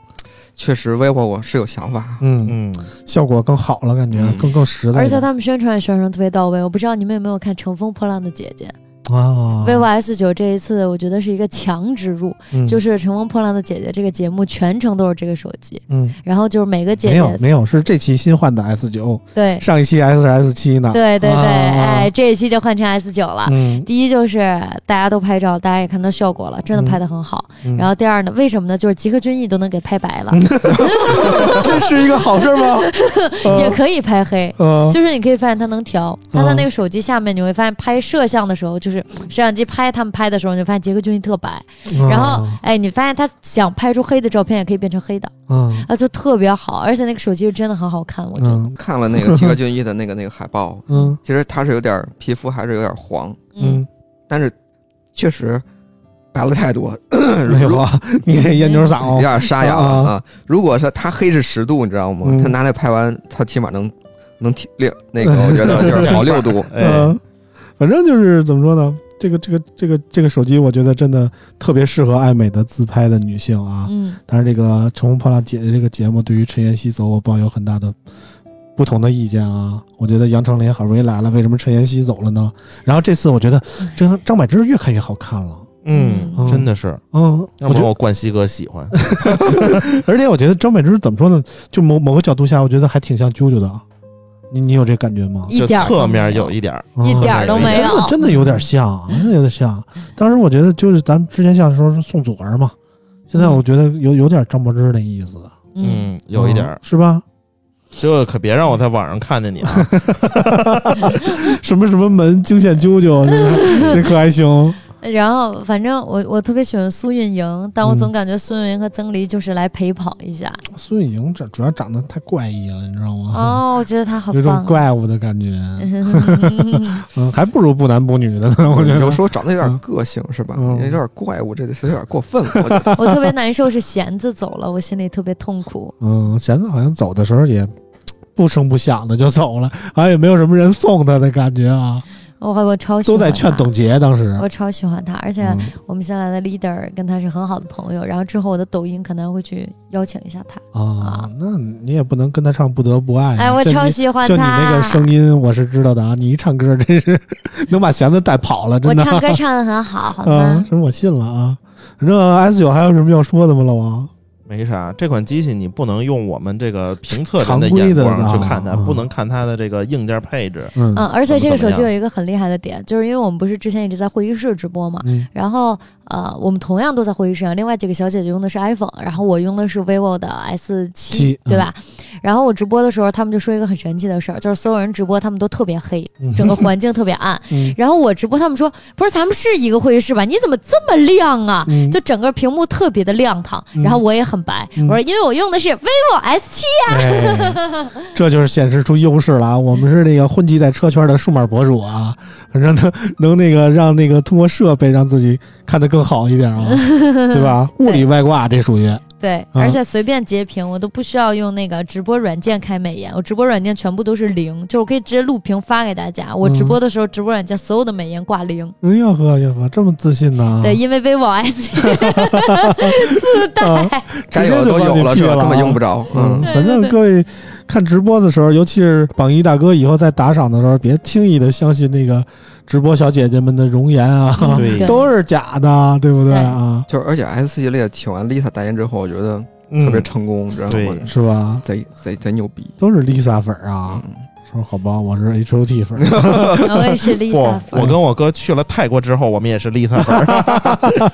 S5: 确实 vivo 我是有想法，
S3: 嗯嗯，
S4: 嗯，。
S3: 效果更好了，感觉
S5: 嗯
S3: 更更实在
S2: 而
S3: 一
S2: 且
S3: 点。
S2: 他们宣传也宣传特别到位，我不知道你们有没有看《乘风破浪的姐姐
S3: 啊》
S2: vivo S 九这一次，我觉得是一个强植入，
S3: 嗯
S2: 就是《乘风破浪的姐姐》这个节目全程都是这个手机，
S3: 嗯。
S2: 然后就是每个姐
S3: 没有
S2: 姐
S3: 没有，是这期新换的 S 九，
S2: 对
S3: 上一期 S 是 S 七呢。
S2: 对啊对对，
S3: 啊
S2: 哎，这一期就换成 S 九了。
S3: 嗯，
S2: 第一就是大家都拍照，大家也看到效果了，真的
S3: 嗯
S2: 拍得很好。
S3: 嗯
S2: 然后第二呢，为什么呢？就是吉克隽逸都能给拍白了，
S3: 这是一个好事吗？ 嗯
S2: 也可以拍黑。
S3: 呃，
S2: 就是你可以发现它能调，
S3: 嗯
S2: 它在那个手机下面，你会发现拍摄像的时候，就是摄像机拍他们拍的时候，你就发现杰克隽逸特白。
S3: 嗯
S2: 然后，哎，你发现他想拍出黑的照片也可以变成黑的，
S3: 嗯
S2: 啊，就特别好。而且那个手机是真的很好看，我觉得。
S3: 嗯
S5: 看了那 个吉克隽逸的那个那个海报，
S3: 嗯
S5: 其实它是有点儿皮肤还是有点儿黄，
S3: 嗯，
S5: 但是确实白了太多，
S3: 哎呦，你这烟酒嗓
S5: 有
S3: 哦，
S5: 点沙哑了
S3: 啊
S5: 啊。如果是它黑是十度，你知道吗
S3: 嗯？
S5: 它拿来拍完，它起码能能提六 那个，我觉得就是好六度
S4: 哎，
S3: 嗯，反正就是怎么说呢，这个这个这个这个手机，我觉得真的特别适合爱美的自拍的女性啊。
S2: 嗯，
S3: 但是这个《乘风破浪姐姐》这个节目，对于陈妍希走，我抱有很大的不同的意见啊。我觉得杨丞琳好不容易来了，为什么陈妍希走了呢？然后这次我觉得张张柏芝越看越好看了，
S4: 嗯，
S2: 嗯
S4: 真的是，
S3: 嗯，
S4: 要
S3: 我觉
S4: 不然
S3: 得，
S4: 我冠希哥喜欢，
S3: 而且我觉得张柏芝怎么说呢？就某某个角度下，我觉得还挺像啾啾的啊。你你有这感觉吗？
S2: 一
S4: 就
S2: 点儿都
S4: 侧面
S2: 没
S4: 有一点儿，
S3: 啊
S2: 一点儿都没有，
S3: 真的真的有点像啊，真的有点像。当时我觉得就是咱们之前像说是宋祖儿嘛，现在我觉得有有点张柏芝那意思，
S2: 嗯，
S4: 嗯，有一点儿
S3: 啊，是吧？
S4: 就可别让我在网上看见你啊，
S3: 什么什么门惊现啾 啾，是不是那可还行。
S2: 然后反正我我特别喜欢苏运莹，但
S3: 嗯
S2: 我总感觉苏运莹和曾黎就是来陪跑一下。
S3: 孙颖莹这主要长得太怪异了，你知道吗？
S2: 哦，我觉得她好
S3: 有种
S2: 棒。
S3: 怪物的感觉，嗯，还不如不男不女的呢， 我觉
S5: 有
S3: 得。
S5: 时候长得有点个性是吧？
S3: 嗯
S5: 有点怪物，这是有点过分了。我 觉得
S2: 我特别难受是弦子走了，我心里特别痛苦。
S3: 嗯，弦子好像走的时候也不声不响的就走了，好像也没有什么人送他的感觉啊，
S2: 我我超喜
S3: 都
S2: 欢
S3: 在劝
S2: 她
S3: 董洁当时。
S2: 我超喜欢她，而且
S3: 嗯
S2: 我们新来的 leader 跟她是很好的朋友。然后之后我的抖音可能会去邀请一下她。
S3: 啊，那你也不能跟他唱《不得不爱》啊。
S2: 哎，我
S3: 就
S2: 超
S3: 你
S2: 喜欢
S3: 就
S2: 她。
S3: 你那个声音，我是知道的啊！你一唱歌，真是能把弦子带跑了，
S2: 我
S3: 真的。
S2: 唱歌唱的很好，好
S3: 啊
S2: 吗，？
S3: 什么我信了啊！反正 S 九还有什么要说的吗，老王？
S4: 没啥，这款机器你不能用我们这个评测
S3: 常
S4: 人的
S3: 规
S4: 眼
S3: 的
S4: 光
S3: 啊
S4: 去看它，
S3: 啊
S4: 不能看它的这个硬件配置。
S3: 嗯
S2: 嗯，而且这个手
S4: 怎
S2: 机
S4: 么
S2: 有
S4: 样
S2: 一个很厉害的点，就是因为我们不是之前一直在会议室直播嘛，
S3: 嗯
S2: 然后呃，我们同样都在会议室上，另外几个小姐姐用的是 iPhone，然后我用的是 vivo 的 S 七
S3: 七，嗯
S2: 对吧？然后我直播的时候，他们就说一个很神奇的事儿，就是所有人直播，他们都特别黑，
S3: 嗯
S2: 整个环境特别 暗。
S3: 嗯
S2: 然后我直播，他们说不是咱们是一个会议室吧？你怎么这么亮啊？
S3: 嗯
S2: 就整个屏幕特别的亮堂，然后我也很白。
S3: 嗯
S2: 我说因为我用的是 vivo S 七，
S3: 哎这就是显示出优势了啊！我们是那个混迹在车圈的数码博主啊，反正能能那个让那个通过设备让自己看得更好一点啊，对 吧？物理外挂这属于
S2: 对，而且随便截屏，我都不需要用那个直播软件开美颜，我直播软件全部都是零，就是我可以直接录屏发给大家。我直播的时候，直播软件所有的美颜挂零。
S3: 嗯，哟呵哟呵，这么自信呢？啊
S2: 对，因为 vivo S 自带、
S3: 啊直
S5: 该
S3: 接
S5: 有的
S3: 就
S5: 都
S3: 帮
S5: 有
S3: 你
S5: 了
S3: 辟
S5: 是吧？
S3: 了
S5: 根本
S3: 啊
S5: 用不着。
S3: 嗯，
S5: 嗯，
S3: 反正各位看直播的时候，尤其是榜一大哥，以后在打赏的时候，别轻易的相信那个直播小姐姐们的容颜啊，
S4: 对
S2: 对
S3: 都是假的，对不对
S2: 对
S3: 啊？
S5: 就是而且 S 系列请完 Lisa 代言之后，我觉得特
S4: 特
S5: 别成功，你知道吗
S4: 对？
S3: 是吧？
S5: 贼贼贼牛逼
S3: 都是 Lisa 粉儿啊！
S5: 嗯
S3: 说好吧，我是 H O T 粉儿，
S2: 我也是 Lisa
S4: 不，
S2: 粉
S4: 我
S2: 儿。
S4: 跟我哥去了泰国之后，我们也是 Lisa 粉儿，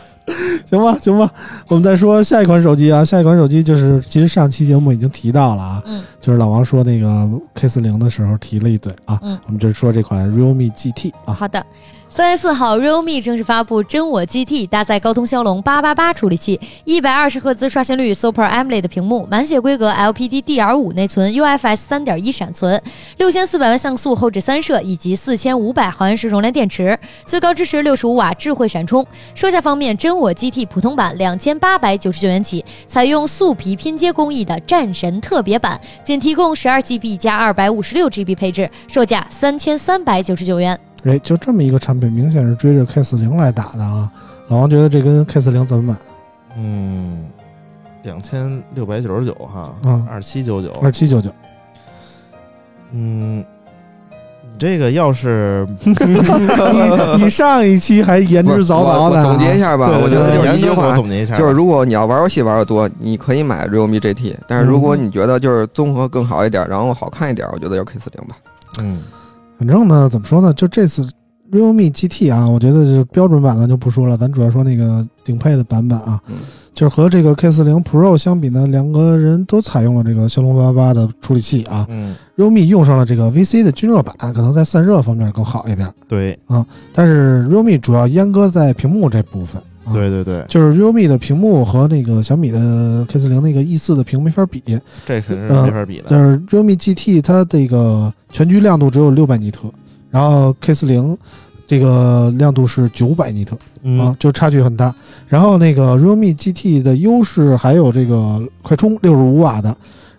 S3: 行吧，行吧，我们再说下一款手机啊，下一款手机就是其实上期节目已经提到了啊，
S2: 嗯
S3: 就是老王说那个 K 四零的时候提了一嘴啊，
S2: 嗯
S3: 我们就是说这款 realme GT 啊，
S2: 好的。三月四号，realme 正式发布真我 GT，搭载高通骁龙八八八处理器，一百二十赫兹刷新率 Super AMOLED 屏幕，满血规格 LPDDR5 内存，UFS 三点一闪存，六千四百万像素后置三摄以及四千五百毫安时容量电池，最高支持六十五瓦智慧闪充。售价方面，真我 GT 普通版两千八百九十九元起，采用素皮拼接工艺的战神特别版，仅提供十二 GB 加二百五十六 GB 配置，售价三千三百九十九元。
S3: 哎，就这么一个产品，明显是追着 K 四零来打的啊。老王觉得这跟 K 四零怎么买？
S4: 嗯，两千六百九十九哈，
S3: 嗯
S4: 二七九九，
S3: 二七九 九，
S4: 嗯，你这个要是
S3: 你你上一期还言
S5: 不
S3: 之
S5: 是
S3: 凿
S5: 我
S3: 凿
S5: 我
S3: 的啊，
S5: 总结一下吧，
S4: 对对
S5: 我觉得
S4: 对
S5: 就是
S4: 严
S5: 一句
S4: 哥给我
S5: 话，
S4: 总结一下吧，
S5: 就是如果你要玩游戏玩的多，你可以买 realme GT，但是如果你觉得就是综合更好一点，然后好看一点，我觉得要 K 四零吧。
S4: 嗯，
S3: 反正呢，怎么说呢，就这次 realme GT 啊，我觉得就是标准版咱就不说了，咱主要说那个顶配的版本啊，
S5: 嗯
S3: 就是和这个 K 4 0 Pro 相比呢，两个人都采用了这个骁龙八八八的处理器啊
S4: 嗯，
S3: ，realme 用上了这个 VC 的均热板，可能在散热方面更好一点，
S4: 对，
S3: 但是 realme 主要阉割在屏幕这部分。啊、
S4: 对对对，
S3: 就是 realme 的屏幕和那个小米的 K 4 0那个 E 4的屏没法比，
S4: 这肯定是没法比的
S3: 就，是 realme GT 它这个全局亮度只有六百尼特，然后 K 四零这个亮度是九百尼特啊
S4: 嗯，，
S3: 就差距很大。然后那个 realme GT 的优势还有这个快充六十五瓦的，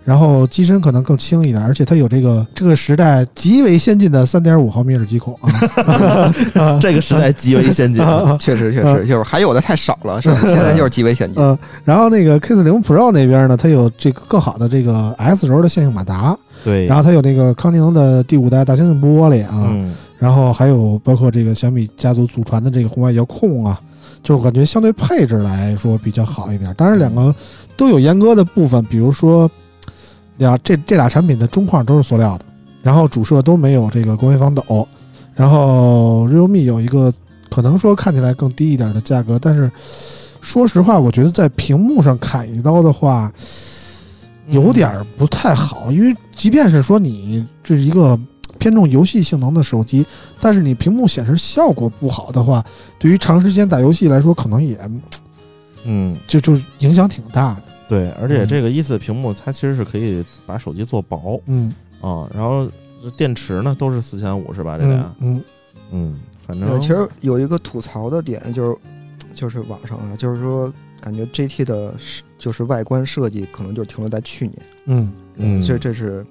S3: 然后机身可能更轻一点，而且它有这个这个时代极为先进的三点五毫米耳机孔啊。
S4: 这个时代极为先进，
S5: 确实确
S3: 嗯
S5: 实，就是还有的太少了，是吧？现在就是极为先进。
S3: 呃，然后那个 K 四零 Pro 那边呢，它有这个更好的这个 S 轴的线性马达，
S4: 对，
S3: 然后它有那个康宁的第五代大猩猩玻璃啊，
S4: 嗯，
S3: 然后还有包括这个小米家族祖传的这个红外遥控啊，就是我感觉相对配置来说比较好一点。当然，两个都有阉割的部分，比如说俩这这俩产品的中框都是塑料的，然后主摄都没有这个光学防抖，然后 realme 有一个可能说看起来更低一点的价格，但是说实话，我觉得在屏幕上砍一刀的话，有点儿不太好，因为即便是说你这是一个偏重游戏性能的手机，但是你屏幕显示效果不好的话，对于长时间打游戏来说，可能也
S4: 嗯，嗯，
S3: 就就影响挺大的。
S4: 对，而
S3: 嗯
S4: 且这个一次屏幕它其实是可以把手机做薄
S3: 嗯，
S4: 啊，然后电池呢都是四千五是吧？这
S3: 嗯
S4: 俩，
S3: 嗯，
S4: 嗯，反
S5: 呃，
S4: 正
S5: 其实有一个吐槽的点就是，就是网上啊，就是说感觉 GT 的是就是外观设计可能就停留在去年，
S3: 嗯，
S4: 嗯
S5: 所以这是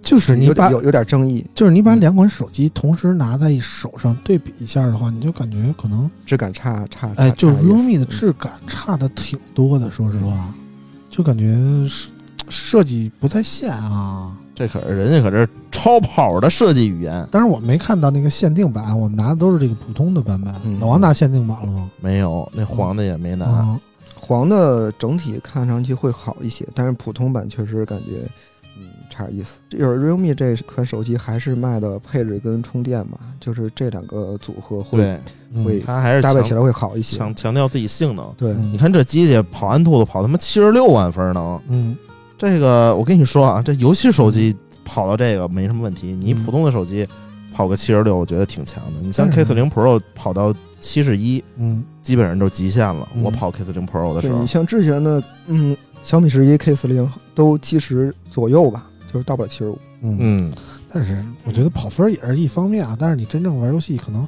S3: 就是你
S5: 有点
S3: 把
S5: 有有点争议，
S3: 就是你把两款手机同时拿在手上对比一下的话，你就感觉可能
S5: 质感差差。
S3: 哎，
S5: 差
S3: 就
S5: 差意思
S3: realme 的
S5: 嗯
S3: 质感差的挺多的，说实话，就感觉设设计不在线啊。
S4: 这可是人家可是超跑的设计语言，
S3: 但是我没看到那个限定版，我们拿的都是这个普通的版本。
S5: 嗯
S3: 老王拿限定版了吗？
S4: 没有那黄的也没拿，
S3: 啊，
S5: 黄的整体看上去会好一些，但是普通版确实感觉嗯差意思。就是 realme 这款手机还是卖的配置跟充电嘛，就是这两个组合会
S4: 对，
S3: 嗯
S5: 会
S4: 它还是
S5: 搭
S4: 强
S5: 配起来会好一些。
S4: 强强调自己性能。
S5: 对，
S3: 嗯
S4: 你看这机器跑安兔子跑他妈七十六万分能，
S3: 嗯，
S4: 这个我跟你说啊，这游戏手机跑到这个没什么问题，你普通的手机跑个七十六，我觉得挺强的。你像
S3: 当
S4: K
S3: 然
S4: 四零 Pro 跑到七十一，
S3: 嗯
S4: 基本上就极限了。
S3: 嗯
S4: 我跑 K 四零 Pro 的
S5: 对
S4: 时候
S5: 你，像之前的嗯小米十一 K 四零都七十左右吧，就是到不了七十五。
S3: 嗯
S4: 嗯，
S3: 但是我觉得跑分也是一方面啊，但是你真正玩游戏可能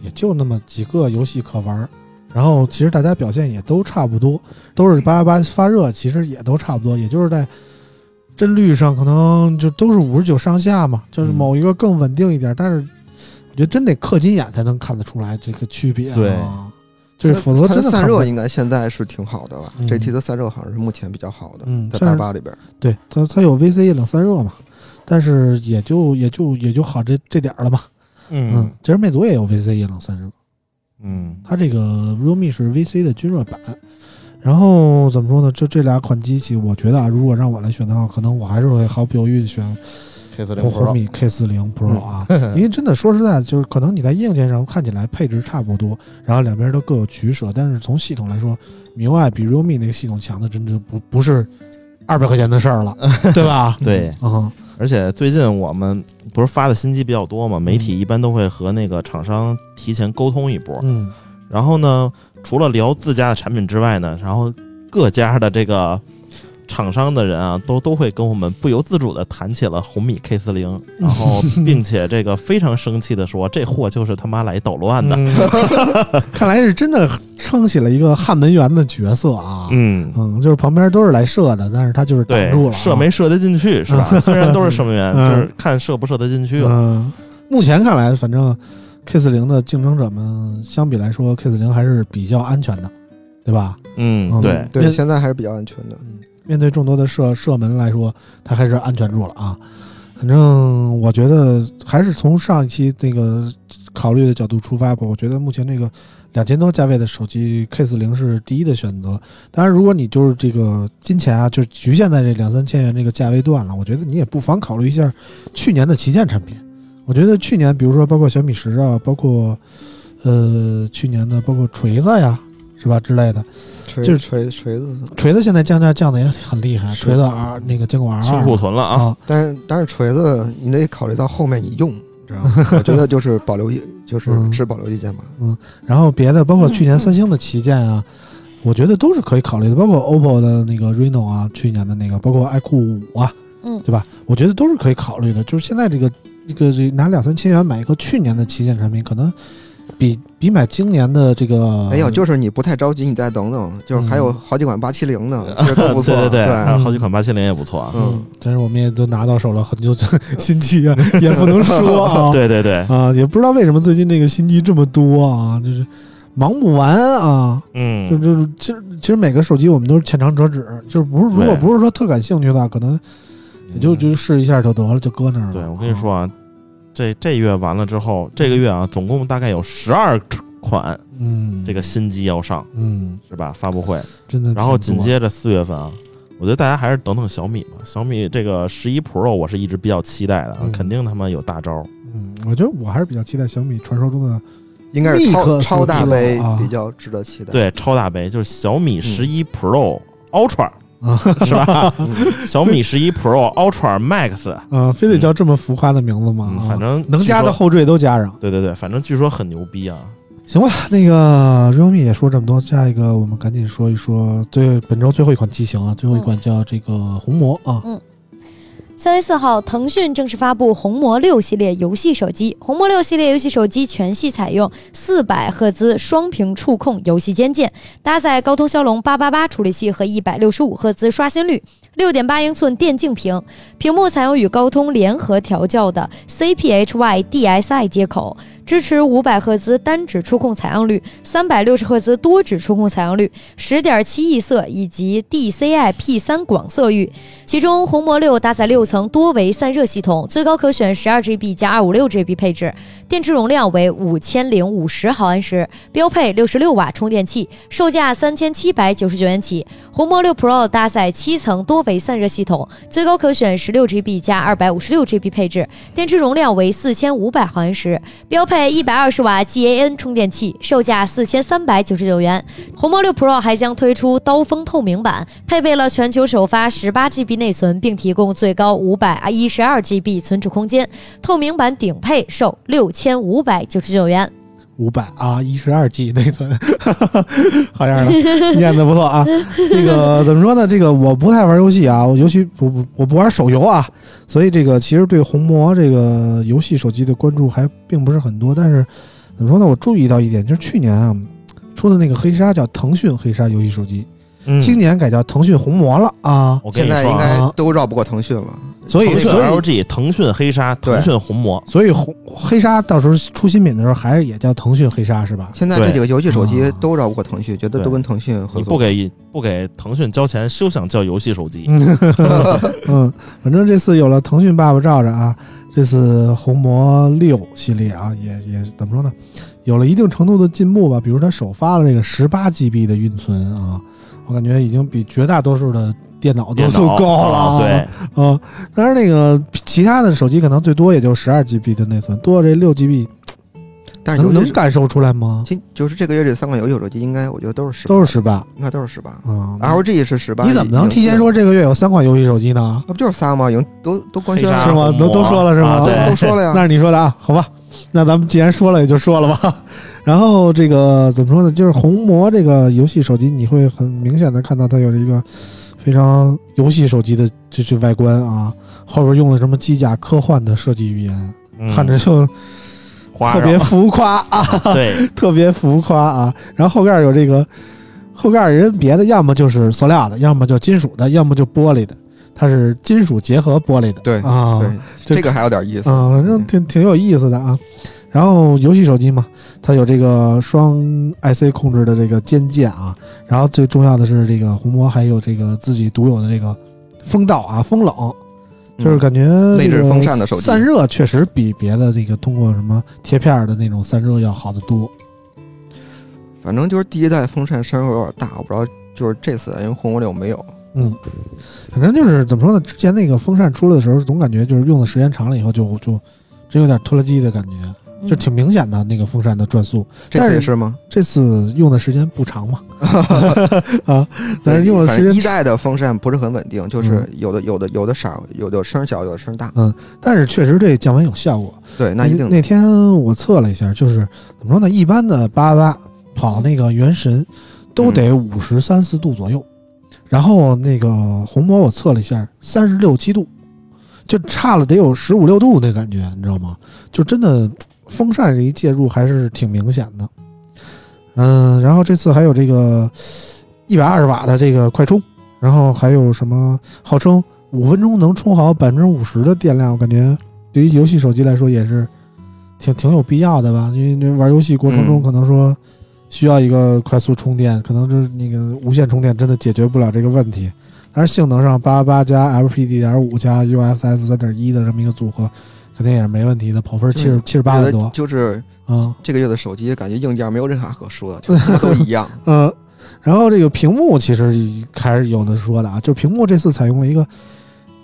S3: 也就那么几个游戏可玩儿，然后其实大家表现也都差不多，都是八八八发热，其实也都差不多，也就是在帧率上可能就都是五十九上下嘛，就是
S4: 嗯
S3: 某一个更稳定一点，但是我觉得真得氪金眼才能看得出来这个区别、啊，
S4: 对，
S3: 就是否则
S5: 它
S3: 真的
S5: 散
S3: 看不
S5: 热
S3: 出
S5: 应该现在是挺好的吧
S3: 嗯
S5: ？GT 的散热好像是目前比较好的，
S3: 嗯
S5: 在
S3: 但
S5: 八
S3: 是
S5: 八里边。
S3: 对，它它有 VC 冷散热嘛，但是也就也就也就好这这点儿了嘛。
S4: 嗯
S3: 其实魅族也有 VC 冷散热，
S4: 嗯
S3: 它这个 realme 是 VC 的均热版。然后怎么说呢？就这俩款机器，我觉得啊，如果让我来选的话，可能我还是会毫不犹豫的选
S4: K 四零
S3: 红
S4: Pro，嗯
S3: 红米 K 四零 Pro 啊，因为真的说实在，就是可能你在硬件上看起来配置差不多，然后两边都各有取舍，但是从系统来说，MIUI 比 Realme 那个系统强的真就不不是二百块钱的事儿 了，对吧？
S4: 对，
S3: 嗯，
S4: 而且最近我们不是发的新机比较多嘛，媒体一般都会和那个厂商提前沟通一波。
S3: 嗯
S4: 然后呢，除了聊自家的产品之外呢，然后各家的这个厂商的人啊，都都会跟我们不由自主的谈起了红米 K 四零，
S3: 嗯
S4: 然后并且这个非常生气的说，这货就是他妈来捣乱的。
S3: 嗯看来是真的撑起了一个汉门员的角色啊。
S4: 嗯，
S3: 嗯就是旁边都是来射的，但是他就是
S4: 对
S3: 挡住了、，啊，
S4: 射没射得进去是吧？虽然都是射门员，
S3: 嗯
S4: 就是看射不射得进去了。
S3: 嗯，目前看来，反正 K 四零的竞争者们相比来说，K 四零还是比较安全的，对吧？
S4: 嗯，
S3: 嗯
S4: 对，
S5: 对，
S3: 面
S5: 现在还是比较安全的。
S3: 面对众多的射射门来说，它还是安全住了啊。反正我觉得还是从上一期那个考虑的角度出发吧，我觉得目前这个两千多价位的手机 K 四零是第一的选择。当然，如果你就是这个金钱啊，就是局限在这两三千元这个价位段了，我觉得你也不妨考虑一下去年的旗舰产品。我觉得去年，比如说包括小米十啊，包括呃去年的包括锤子呀，是吧之类的，
S5: 锤
S3: 就是
S5: 锤锤子，
S3: 锤子现在降价降的也很厉害，
S5: 是
S3: 锤子 R 那个坚果 R
S4: 清库存了啊。
S3: 啊，
S5: 但是但是锤子你得考虑到后面你用，你知道吗？ 我觉得就是保留意，就是
S3: 嗯
S5: 只保留意见吧。
S3: 然后别的包括去年三星的旗舰啊，我觉得都是可以考虑的，包括 OPPO 的那个 Reno 啊，去年的那个，包括 iQOO 五啊，
S2: 嗯
S3: 对吧？我觉得都是可以考虑的。就是现在这个这个这拿两三千元买一个去年的旗舰产品，可能比比买今年的这个
S5: 没有，哎就是你不太着急，你再等等，就是还有
S3: 啊嗯
S5: 好几款八七 零呢，这都不错。
S4: 对对，还有
S3: 嗯
S4: 好几款八七零也不错啊。
S3: 嗯
S5: 嗯，
S3: 但是我们也都拿到手了， 很久新机啊，也不能说啊，
S4: 对对对，
S3: 啊，也不知道为什么最近这个新机这么多啊，就是忙不完啊。就
S4: 嗯，
S3: 就是其实其实每个手机我们都是浅尝辄止，就是不是如果
S4: 对嗯
S3: 不是说特感兴趣的话，可能也就就试一下就得了，就搁那儿了。
S4: 对我跟你说啊，这这月完了之后，这个月啊，总共大概有十二款
S3: 嗯，
S4: 这个新机要上，
S3: 嗯，
S4: 是吧？发布会，
S3: 真的挺多。
S4: 然后紧接着四月份啊。我觉得大家还是等等小米吧，小米这个十一 Pro 我是一直比较期待的啊
S3: 嗯，
S4: 肯定他妈有大招。
S3: 嗯，我觉得我还是比较期待小米传说中的
S5: 应该
S3: 立
S5: 是
S3: 刻
S5: 超
S3: 四
S5: 超大杯
S3: Pro 啊
S5: 比较值得期待。
S4: 对，超大杯就是小米十一 Pro Ultra
S3: 嗯啊
S4: 是吧？
S5: 嗯，
S4: 小米十一 Pro Ultra Max，
S3: 啊，非得叫这么浮夸的名字吗？
S4: 嗯
S3: 啊
S4: 反正
S3: 能加
S4: 据
S3: 的
S4: 说
S3: 后缀都加上。
S4: 对对对，反正据说很牛逼啊。
S3: 行吧，那个 realme 也说这么多，下一个我们赶紧说一说最本周最后一款机型啊，最后一款叫这个红魔啊，
S2: 三月四号，腾讯正式发布红魔六系列游戏手机。红魔六系列游戏手机全系采用四百赫兹双屏触控游戏肩键，搭载高通骁龙八八八处理器和一百六十五赫兹刷新率，六点八英寸电竞屏，屏幕采用与高通联合调教的 CPHY DSi 接口，支持五百赫兹单指触控采样率、三百六十赫兹多指触控采样率、十点七亿色以及 DCI-P 三广色域。其中红魔六搭载六层多维散热系统，最高可选十二 GB 加二五六 GB 配置，电池容量为五千零五十毫安时，标配六十六瓦充电器，售价三千七百九十九元起。红魔六 Pro 搭载七层多维散热系统，最高可选十六 GB 加二百五十六 GB 配置，电池容量为四千五百毫安时，标配一百二十瓦 GaN 充电器，售价四千三百九十九元。红魔六 Pro 还将推出刀锋透明版，配备了全球首发 18GB 内存，并提供最高 512GB 存储空间。透明版顶配售6599元。
S3: 五百啊，一十二 G 内存，好样的，念的不错啊。那个怎么说呢？这个我不太玩游戏啊，我尤其不不我不玩手游啊，所以这个其实对红魔这个游戏手机的关注还并不是很多。但是怎么说呢？我注意到一点，就是去年啊出的那个黑鲨叫腾讯黑鲨游戏手机，
S4: 嗯，
S3: 今年改叫腾讯红魔了啊。
S4: 我跟
S5: 现
S4: 你
S5: 在
S4: 说
S5: 应
S4: 啊，
S5: 该
S3: 啊
S5: 都绕不过腾讯了。
S3: 所以
S4: 腾讯
S3: 所以
S4: LG、腾讯黑鲨、
S5: 对
S4: 腾讯红魔，
S3: 所以红黑鲨到时候出新品的时候，还是也叫腾讯黑鲨是吧？
S5: 现在这
S4: 对
S5: 几个游戏手机
S3: 啊
S5: 都绕不过腾讯，觉得
S4: 对
S5: 都跟腾讯合
S4: 你不
S5: 作。
S4: 给不给腾讯交钱，休想叫游戏手机。
S3: 嗯， 嗯，反正这次有了腾讯爸爸罩着啊，这次红魔六系列啊，也也怎么说呢，有了一定程度的进步吧。比如它首发了这个十八 GB 的运存啊，我感觉已经比绝大多数的电脑都
S4: 电
S3: 都
S4: 脑
S3: 高了
S4: 啊
S3: 啊，
S4: 对，
S3: 啊，但是那个其他的手机可能最多也就十二 GB 的内存，多了这六 GB
S5: 但是
S3: 能
S5: 游
S3: 能
S5: 戏
S3: 感受出来吗？
S5: 今就是这个月这三款游戏手机，应该我觉得都是十，
S3: 都是十八
S5: 应该都是十八。
S3: 啊。
S5: LG 是十八，
S3: 你怎么能提前说这个月有三款游戏手机呢？
S5: 那不就是仨吗？已经都都官
S4: 黑
S5: 宣
S4: 鲨
S5: 了，
S3: 是吗
S4: 红
S3: 都都
S4: 魔
S3: 说了是吗
S4: 啊
S5: 都
S4: 对
S5: 都，说了 呀。
S3: 那是你说的啊，好吧，那咱们既然说了也就说了吧。 然后这个怎么说呢？就是红魔这个游戏手机，你会很明显的看到它有一个非常游戏手机的这这外观啊，后边用了什么机甲科幻的设计语言，
S4: 嗯
S3: 看着就
S4: 花
S3: 特
S4: 上
S3: 别
S4: 了
S3: 浮夸啊，
S4: 对，
S3: 特别浮夸啊。然后后盖有这个后盖人别的，要么就是塑料的，要么就金属的，要么就玻璃的，它是金属结合玻璃的。
S5: 对
S3: 啊，
S5: 对，
S3: 这
S5: 这个还有点意思。
S3: 啊，反正挺挺有意思的啊。然后游戏手机嘛，它有这个双 IC 控制的这个肩键啊，然后最重要的是这个红魔还有这个自己独有的这个风道啊，风冷，就是感觉
S5: 嗯内置
S3: 这个
S5: 风扇的手机
S3: 散热确实比别的这个通过什么贴片儿的那种散热要好得多。
S5: 反正就是第一代风扇稍微有点大，我不知道就是这次因为红魔六没有，
S3: 嗯反正就是怎么说呢，之前那个风扇出来的时候，总感觉就是用的时间长了以后就就真有点拖拉机的感觉，就挺明显的那个风扇的转速。
S5: 这
S3: 但
S5: 次
S3: 是
S5: 也是吗？
S3: 这次用的时间不长 嘛，啊，但是用的
S5: 反
S3: 时
S5: 正一
S3: 间，嗯
S5: 代的风扇不是很稳定，就是有的有的有的色儿，有的声儿小，有的声儿大。
S3: 但是确实对降温有效果。
S5: 对，那一定
S3: 那天我测了一下，就是怎么说呢，一般的八八跑那个原神都得
S5: 嗯
S3: 五十三四度左右，然后那个红魔我测了一下，三十六七度，就差了得有十五六度那感觉，你知道吗？就真的风扇这一介入还是挺明显的。嗯，然后这次还有这个一百二十瓦的这个快充，然后还有什么号称五分钟能充好百分之五十的电量，我感觉对于游戏手机来说也是挺挺有必要的吧？因为那玩游戏过程中
S5: 嗯
S3: 可能说需要一个快速充电，可能就是那个无线充电真的解决不了这个问题。但是性能上，八八加 LPDDR5 加 UFS 三点一的这么一个组合，肯定也是没问题的，跑分七十七十八
S5: 觉
S3: 万
S5: 得
S3: 多
S5: 就是
S3: 啊。嗯
S5: 这个月的手机，感觉硬件没有任何可说的，就是它都一 样。
S3: 呃，然后这个屏幕其实还是有的说的啊，就屏幕这次采用了一个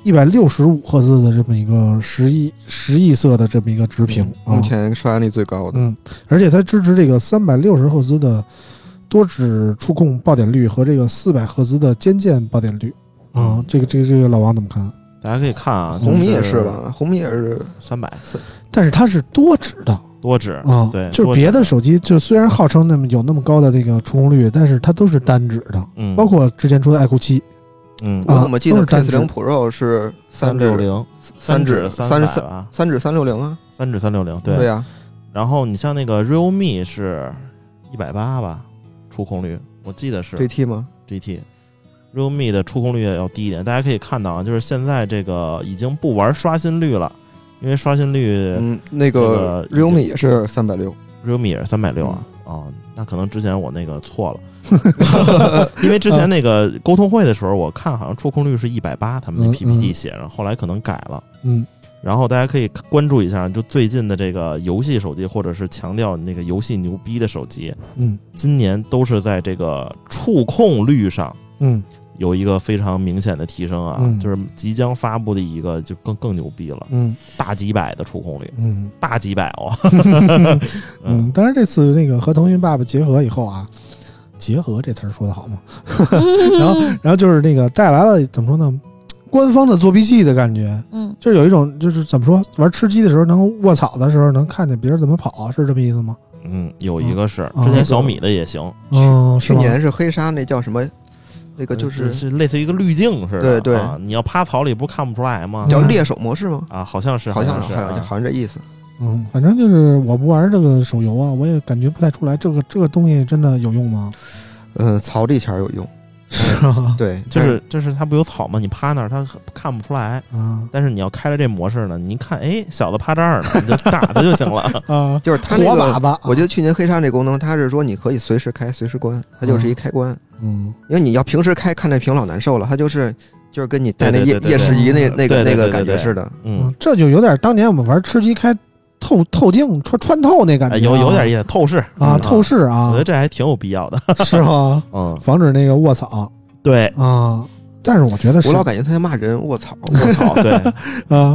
S3: 一百六十五赫兹的这么一个十亿十亿色的这么一个直屏啊
S5: 嗯目，前刷新率最高的，
S3: 嗯，而且它支持这个三百六十赫兹的多指触控爆点率和这个四百赫兹的肩键爆点率啊、
S5: 嗯
S3: 这个这个这个老王怎么看？
S4: 大家可以看啊，
S5: 红米也是
S3: 嗯
S5: 吧？？红米也是
S4: 三百
S3: 但是它是多指的
S4: 多指
S3: 啊，
S4: 对，
S3: 就是
S4: 多指
S3: 别的手机就虽然号称那么有那么高的这个触控率，但是它都是单指的，
S4: 嗯，
S3: 包括之前出的爱酷七，
S4: 嗯
S3: 啊
S5: 我怎么记
S3: 都
S5: 得
S3: 是
S5: K
S3: 单
S5: 四
S3: 指
S5: 零 Pro 是三
S4: 六
S5: 指
S4: 零
S5: 三
S4: 指
S5: 三
S4: 百
S5: 三
S4: 吧，
S5: 三指三六零啊？
S4: 三指三六零
S5: 对呀，
S4: 然后你像那个 realme 是一百八吧，触控率我记得是
S5: GT 吗？
S4: GT。realme 的触控率要低一点，大家可以看到啊，就是现在这个已经不玩刷新率了，因为刷新率
S5: 嗯，那个
S4: 那个
S5: realme 也是三百六，
S4: realme 也是三百六啊，
S3: 嗯
S4: 啊，那可能之前我那个错了， 因为之
S3: 嗯
S4: 前那个沟通会的时候，我看好像触控率是一百八，他们
S3: 嗯嗯
S4: 那 PPT 写上，后来可能改了。
S3: 嗯
S4: 然后大家可以关注一下，就最近的这个游戏手机，或者是强调那个游戏牛逼的手机，
S3: 嗯
S4: 今年都是在这个触控率上
S3: 嗯
S4: 有一个非常明显的提升啊，
S3: 嗯
S4: 就是即将发布的一个就更更牛逼了，
S3: 嗯
S4: 大几百的触控率，
S3: 嗯
S4: 大几百 哦，
S3: 嗯，当然这次那个和腾讯爸爸结合以后啊，结合这词儿说的好吗？ 然 后然后就是那个带来了怎么说呢，官方的作弊器的感觉，
S2: 嗯，
S3: 就是有一种就是怎么说，玩吃鸡的时候能卧草的时候能看见别人怎么跑，啊是这么意思吗？
S4: 嗯，有一个是
S3: 嗯
S4: 之
S3: 那个
S4: 前小米的也行，
S3: 嗯，是
S5: 去
S3: 吗？
S5: 年是黑鲨那叫什么？那个就
S4: 呃
S5: 是
S4: 是类似于一个滤镜似的，
S5: 对对
S4: 啊，你要趴草里不是看不出来吗？
S5: 叫猎手模式吗？
S4: 啊，好像是，
S5: 好像
S4: 是，
S5: 好像
S4: 啊
S5: 好像这意思。
S3: 嗯，反正就是我不玩这个手游啊，我也感觉不太出来这个这个东西真的有用吗？
S5: 嗯，槽这前儿有用，
S3: 是啊，
S5: 对，
S4: 就
S5: 但
S4: 是就是它不有草吗？你趴那儿它看不出来，
S3: 啊。
S4: 但是你要开了这模式呢，你一看，哎，小子趴这儿呢，你就打他就行了
S3: 啊，
S5: 就是它那
S3: 火
S5: 个
S3: 把，子，
S5: 我觉得去年黑鲨这功能，它是说你可以随时开随时关，它就是一开关，
S3: 嗯
S5: 因为你要平时开看这屏老难受了，它就是就是跟你戴那
S4: 对对
S5: 夜
S4: 对对
S5: 夜视仪那
S4: 嗯
S5: 那个
S4: 对对
S5: 那个
S4: 对对
S5: 感觉
S4: 对
S5: 似的。
S4: 嗯
S3: 嗯，，这就有点当年我们玩吃鸡开透透镜穿穿透那感觉
S4: 哎
S3: 啊，
S4: 有有点意思，透视
S3: 啊，
S4: 嗯
S3: 透视
S4: 我
S3: 啊
S4: 觉得，这还挺有必要的。
S3: 是吗？
S4: 嗯，
S3: 防止那个卧槽
S4: 对，，
S3: 啊，但是我觉得是
S5: 我老
S3: 啊、
S5: 感觉他在骂人，我操，我操
S4: 对，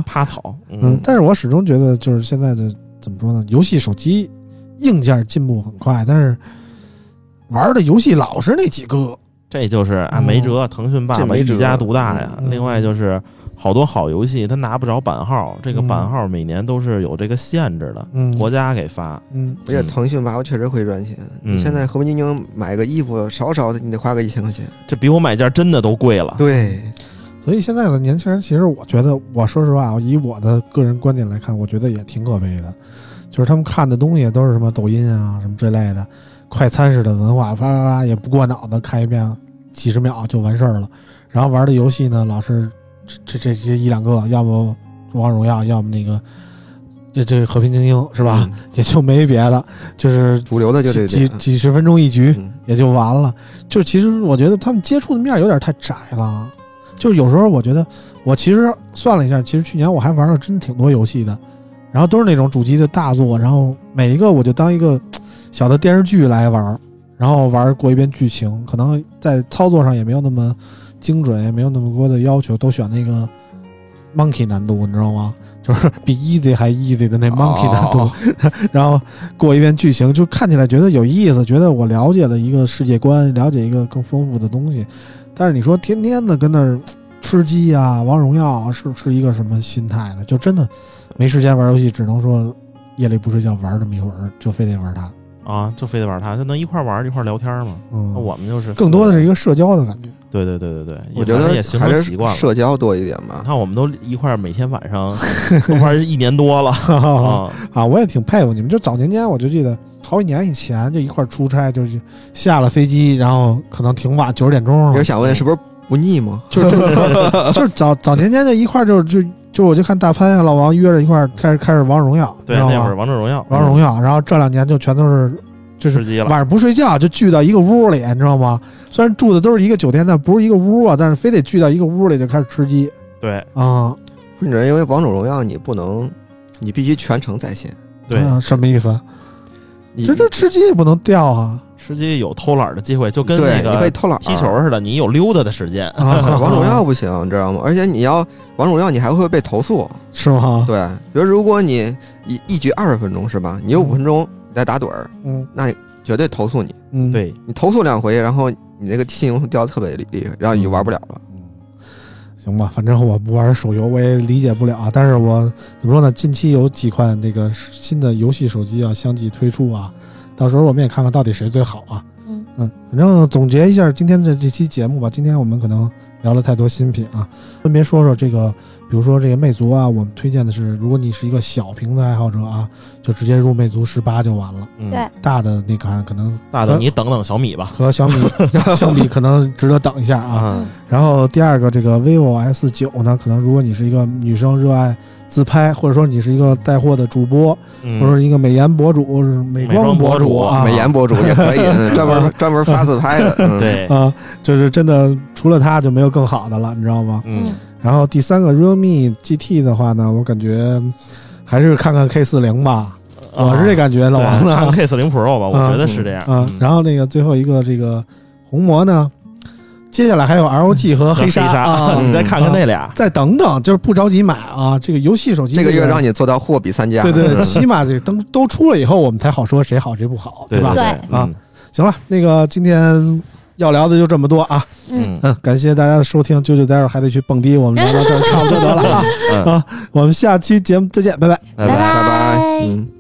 S4: 趴草，
S3: 嗯
S4: 嗯，，
S3: 但是我始终觉得就是现在的怎么说呢？游戏手机硬件进步很快，但是玩的游戏老是那几个，
S4: 这就是啊，没辙，腾讯爸
S5: 这
S4: 爸
S5: 没
S4: 一
S5: 辙
S4: 家独大呀。
S3: 嗯
S4: 另外就是好多好游戏，它拿不着版号，这个
S3: 嗯
S4: 版号每年都是有这个限制的，
S3: 嗯，
S4: 国家给发。
S3: 嗯
S5: 而且腾讯吧，我确实会赚钱。
S4: 嗯
S5: 你现在和平精英买个衣服，少少的你得花个一千块钱。
S4: 这比我买件真的都贵了。
S5: 对，
S3: 所以现在的年轻人，其实我觉得，我说实话，以我的个人观点来看，我觉得也挺可悲的，就是他们看的东西都是什么抖音啊什么之类的，快餐式的文化，啪啪啪也不过脑子看一遍，几十秒就完事儿了。然后玩的游戏呢，老是这这这一两个，要么王者荣耀，要么那个这这和平精英是吧？
S5: 嗯？
S3: 也就没别的，就是
S5: 主流的就
S3: 几
S5: 得
S3: 几
S5: 这样
S3: 几十分钟一局，
S5: 嗯
S3: 也就完了。就其实我觉得他们接触的面儿有点太窄了。就是有时候我觉得，我其实算了一下，其实去年我还玩了真挺多游戏的，然后都是那种主机的大作，然后每一个我就当一个嘖小的电视剧来玩儿，然后玩儿过一遍剧情，可能在操作上也没有那么精准，也没有那么多的要求，都选那个 monkey 难度，你知道吗？就是比 easy 还 easy 的那 monkey 难度，
S4: 哦
S3: 然后过一遍剧情，就看起来觉得有意思，觉得我了解了一个世界观，了解一个更丰富的东西。但是你说天天的跟那儿吃鸡啊、王者荣耀啊，是是一个什么心态呢？就真的没时间玩游戏，只能说夜里不睡觉玩这么一会儿，就非得玩它。
S4: 啊，就非得玩它，就能一块玩儿一块聊天嘛。
S3: 嗯，
S4: 那我们就是
S3: 更多的是一
S4: 个，
S3: 个社交的 感觉。
S4: 对对对对对，
S5: 我
S4: 也
S5: 觉
S4: 反正
S5: 得
S4: 也形
S5: 还
S4: 成
S5: 是
S4: 习惯了。
S5: 社交多一点
S4: 你
S5: 吧。
S4: 看，我们都一块儿每天晚上都玩儿一年多了啊，
S3: 啊，我也挺佩服你们。就早年间，我就记得好几年以前，就一块儿出差，就是下了飞机，然后可能挺晚，九十点钟
S4: 哦
S5: 你
S3: 了
S5: 是，想问是不是不腻 吗？
S3: 就就就是 早早年间就一块儿就就就我就看大潘呀老王约着一块儿开始开始王者荣耀，
S4: 对，
S3: 你知道
S4: 那会
S3: 吗
S4: 儿王者荣耀，
S3: 王者荣耀，然后这两年就全都是就是
S4: 吃鸡
S3: 晚
S4: 了，
S3: 上不睡觉就聚到一个屋里，你知道吗？虽然住的都是一个酒店，但不是一个屋啊，但是非得聚到一个屋里就开始吃鸡
S4: 对
S3: 啊，
S5: 不是，因为王者荣耀你不能，你必须全程在线。
S4: 对，
S3: 嗯什么意思？
S5: 你
S3: 这这吃鸡也不能掉啊
S4: 吃鸡有偷懒儿的机会，就跟
S5: 对，
S4: 那
S5: 你可以
S4: 个
S5: 偷懒儿
S4: 踢球似的，你有溜达的时间。
S3: 啊！
S5: 王者荣耀不行，你知道吗？而且你要王者荣耀，你还会被投 诉。
S3: 是吗？
S5: 对，比如如果你一一局二十分钟是吧？你有五分钟你在打盹儿，
S3: 嗯
S5: 绝对投诉你。
S3: 嗯，
S4: 对，
S5: 你投诉两回，然后你那个信用掉的特别厉厉害，然后你就玩不了了。
S3: 行吧，反正我不玩手游，我也理解不了啊。但是我怎么说呢？近期有几款这个新的游戏手机啊，相继推出啊，到时候我们也看看到底谁最好啊。
S2: 嗯
S3: 反正总结一下今天的这期节目吧。今天我们可能聊了太多新品啊，分别说说这个，比如说这个魅族啊，我们推荐的是，如果你是一个小屏的爱好者啊，就直接入魅族十八就完了。
S4: 嗯
S2: 对
S3: 大的那款可能
S4: 大的你等等小米吧。
S3: 和小米 相比，可能值得等一下啊。
S4: 啊，
S3: 然后第二个，这个 vivo S 九呢，可能如果你是一个女生，热爱自拍，或者说你是一个带货的主播，
S4: 嗯
S3: 或者一个美颜博主、美妆主啊，
S5: 美颜博主也 可以，嗯专门专门发自拍的。嗯，
S4: 对，
S3: 啊，就是真的除了它就没有更好的了，你知道吗？
S4: 嗯，
S3: 然后第三个 realme GT 的话呢，我感觉还是看看 K 四零吧，
S4: 嗯
S3: 我是这感觉，老王
S4: 啊对 看
S3: 呢，
S4: K 四零 Pro 吧，我觉得是这样。
S3: 啊，
S4: 嗯
S3: 然后那个最后一个这个红魔呢，接下来还有 LG 和
S4: 和
S3: 黑鲨啊，
S5: 嗯
S4: 你再看看那俩，
S3: 再等等，就是不着急买啊。这个游戏手机
S5: 这个月让
S3: 你
S5: 你做到货比三家。
S3: 对对，
S5: 嗯
S3: 起码这都都出了以后，我们才好说谁好谁不好，吧？
S4: 对嗯
S2: 对
S3: 啊，行了，那个今天要聊的就这么多啊，
S4: 嗯
S3: 嗯，感谢大家的收听，啾啾待会儿还得去蹦迪，我们聊到这儿差不多得了啊，
S4: 嗯，
S3: 我们下期节目再见，拜拜。
S4: 拜
S2: 拜
S5: 拜拜
S2: 拜。
S5: 嗯。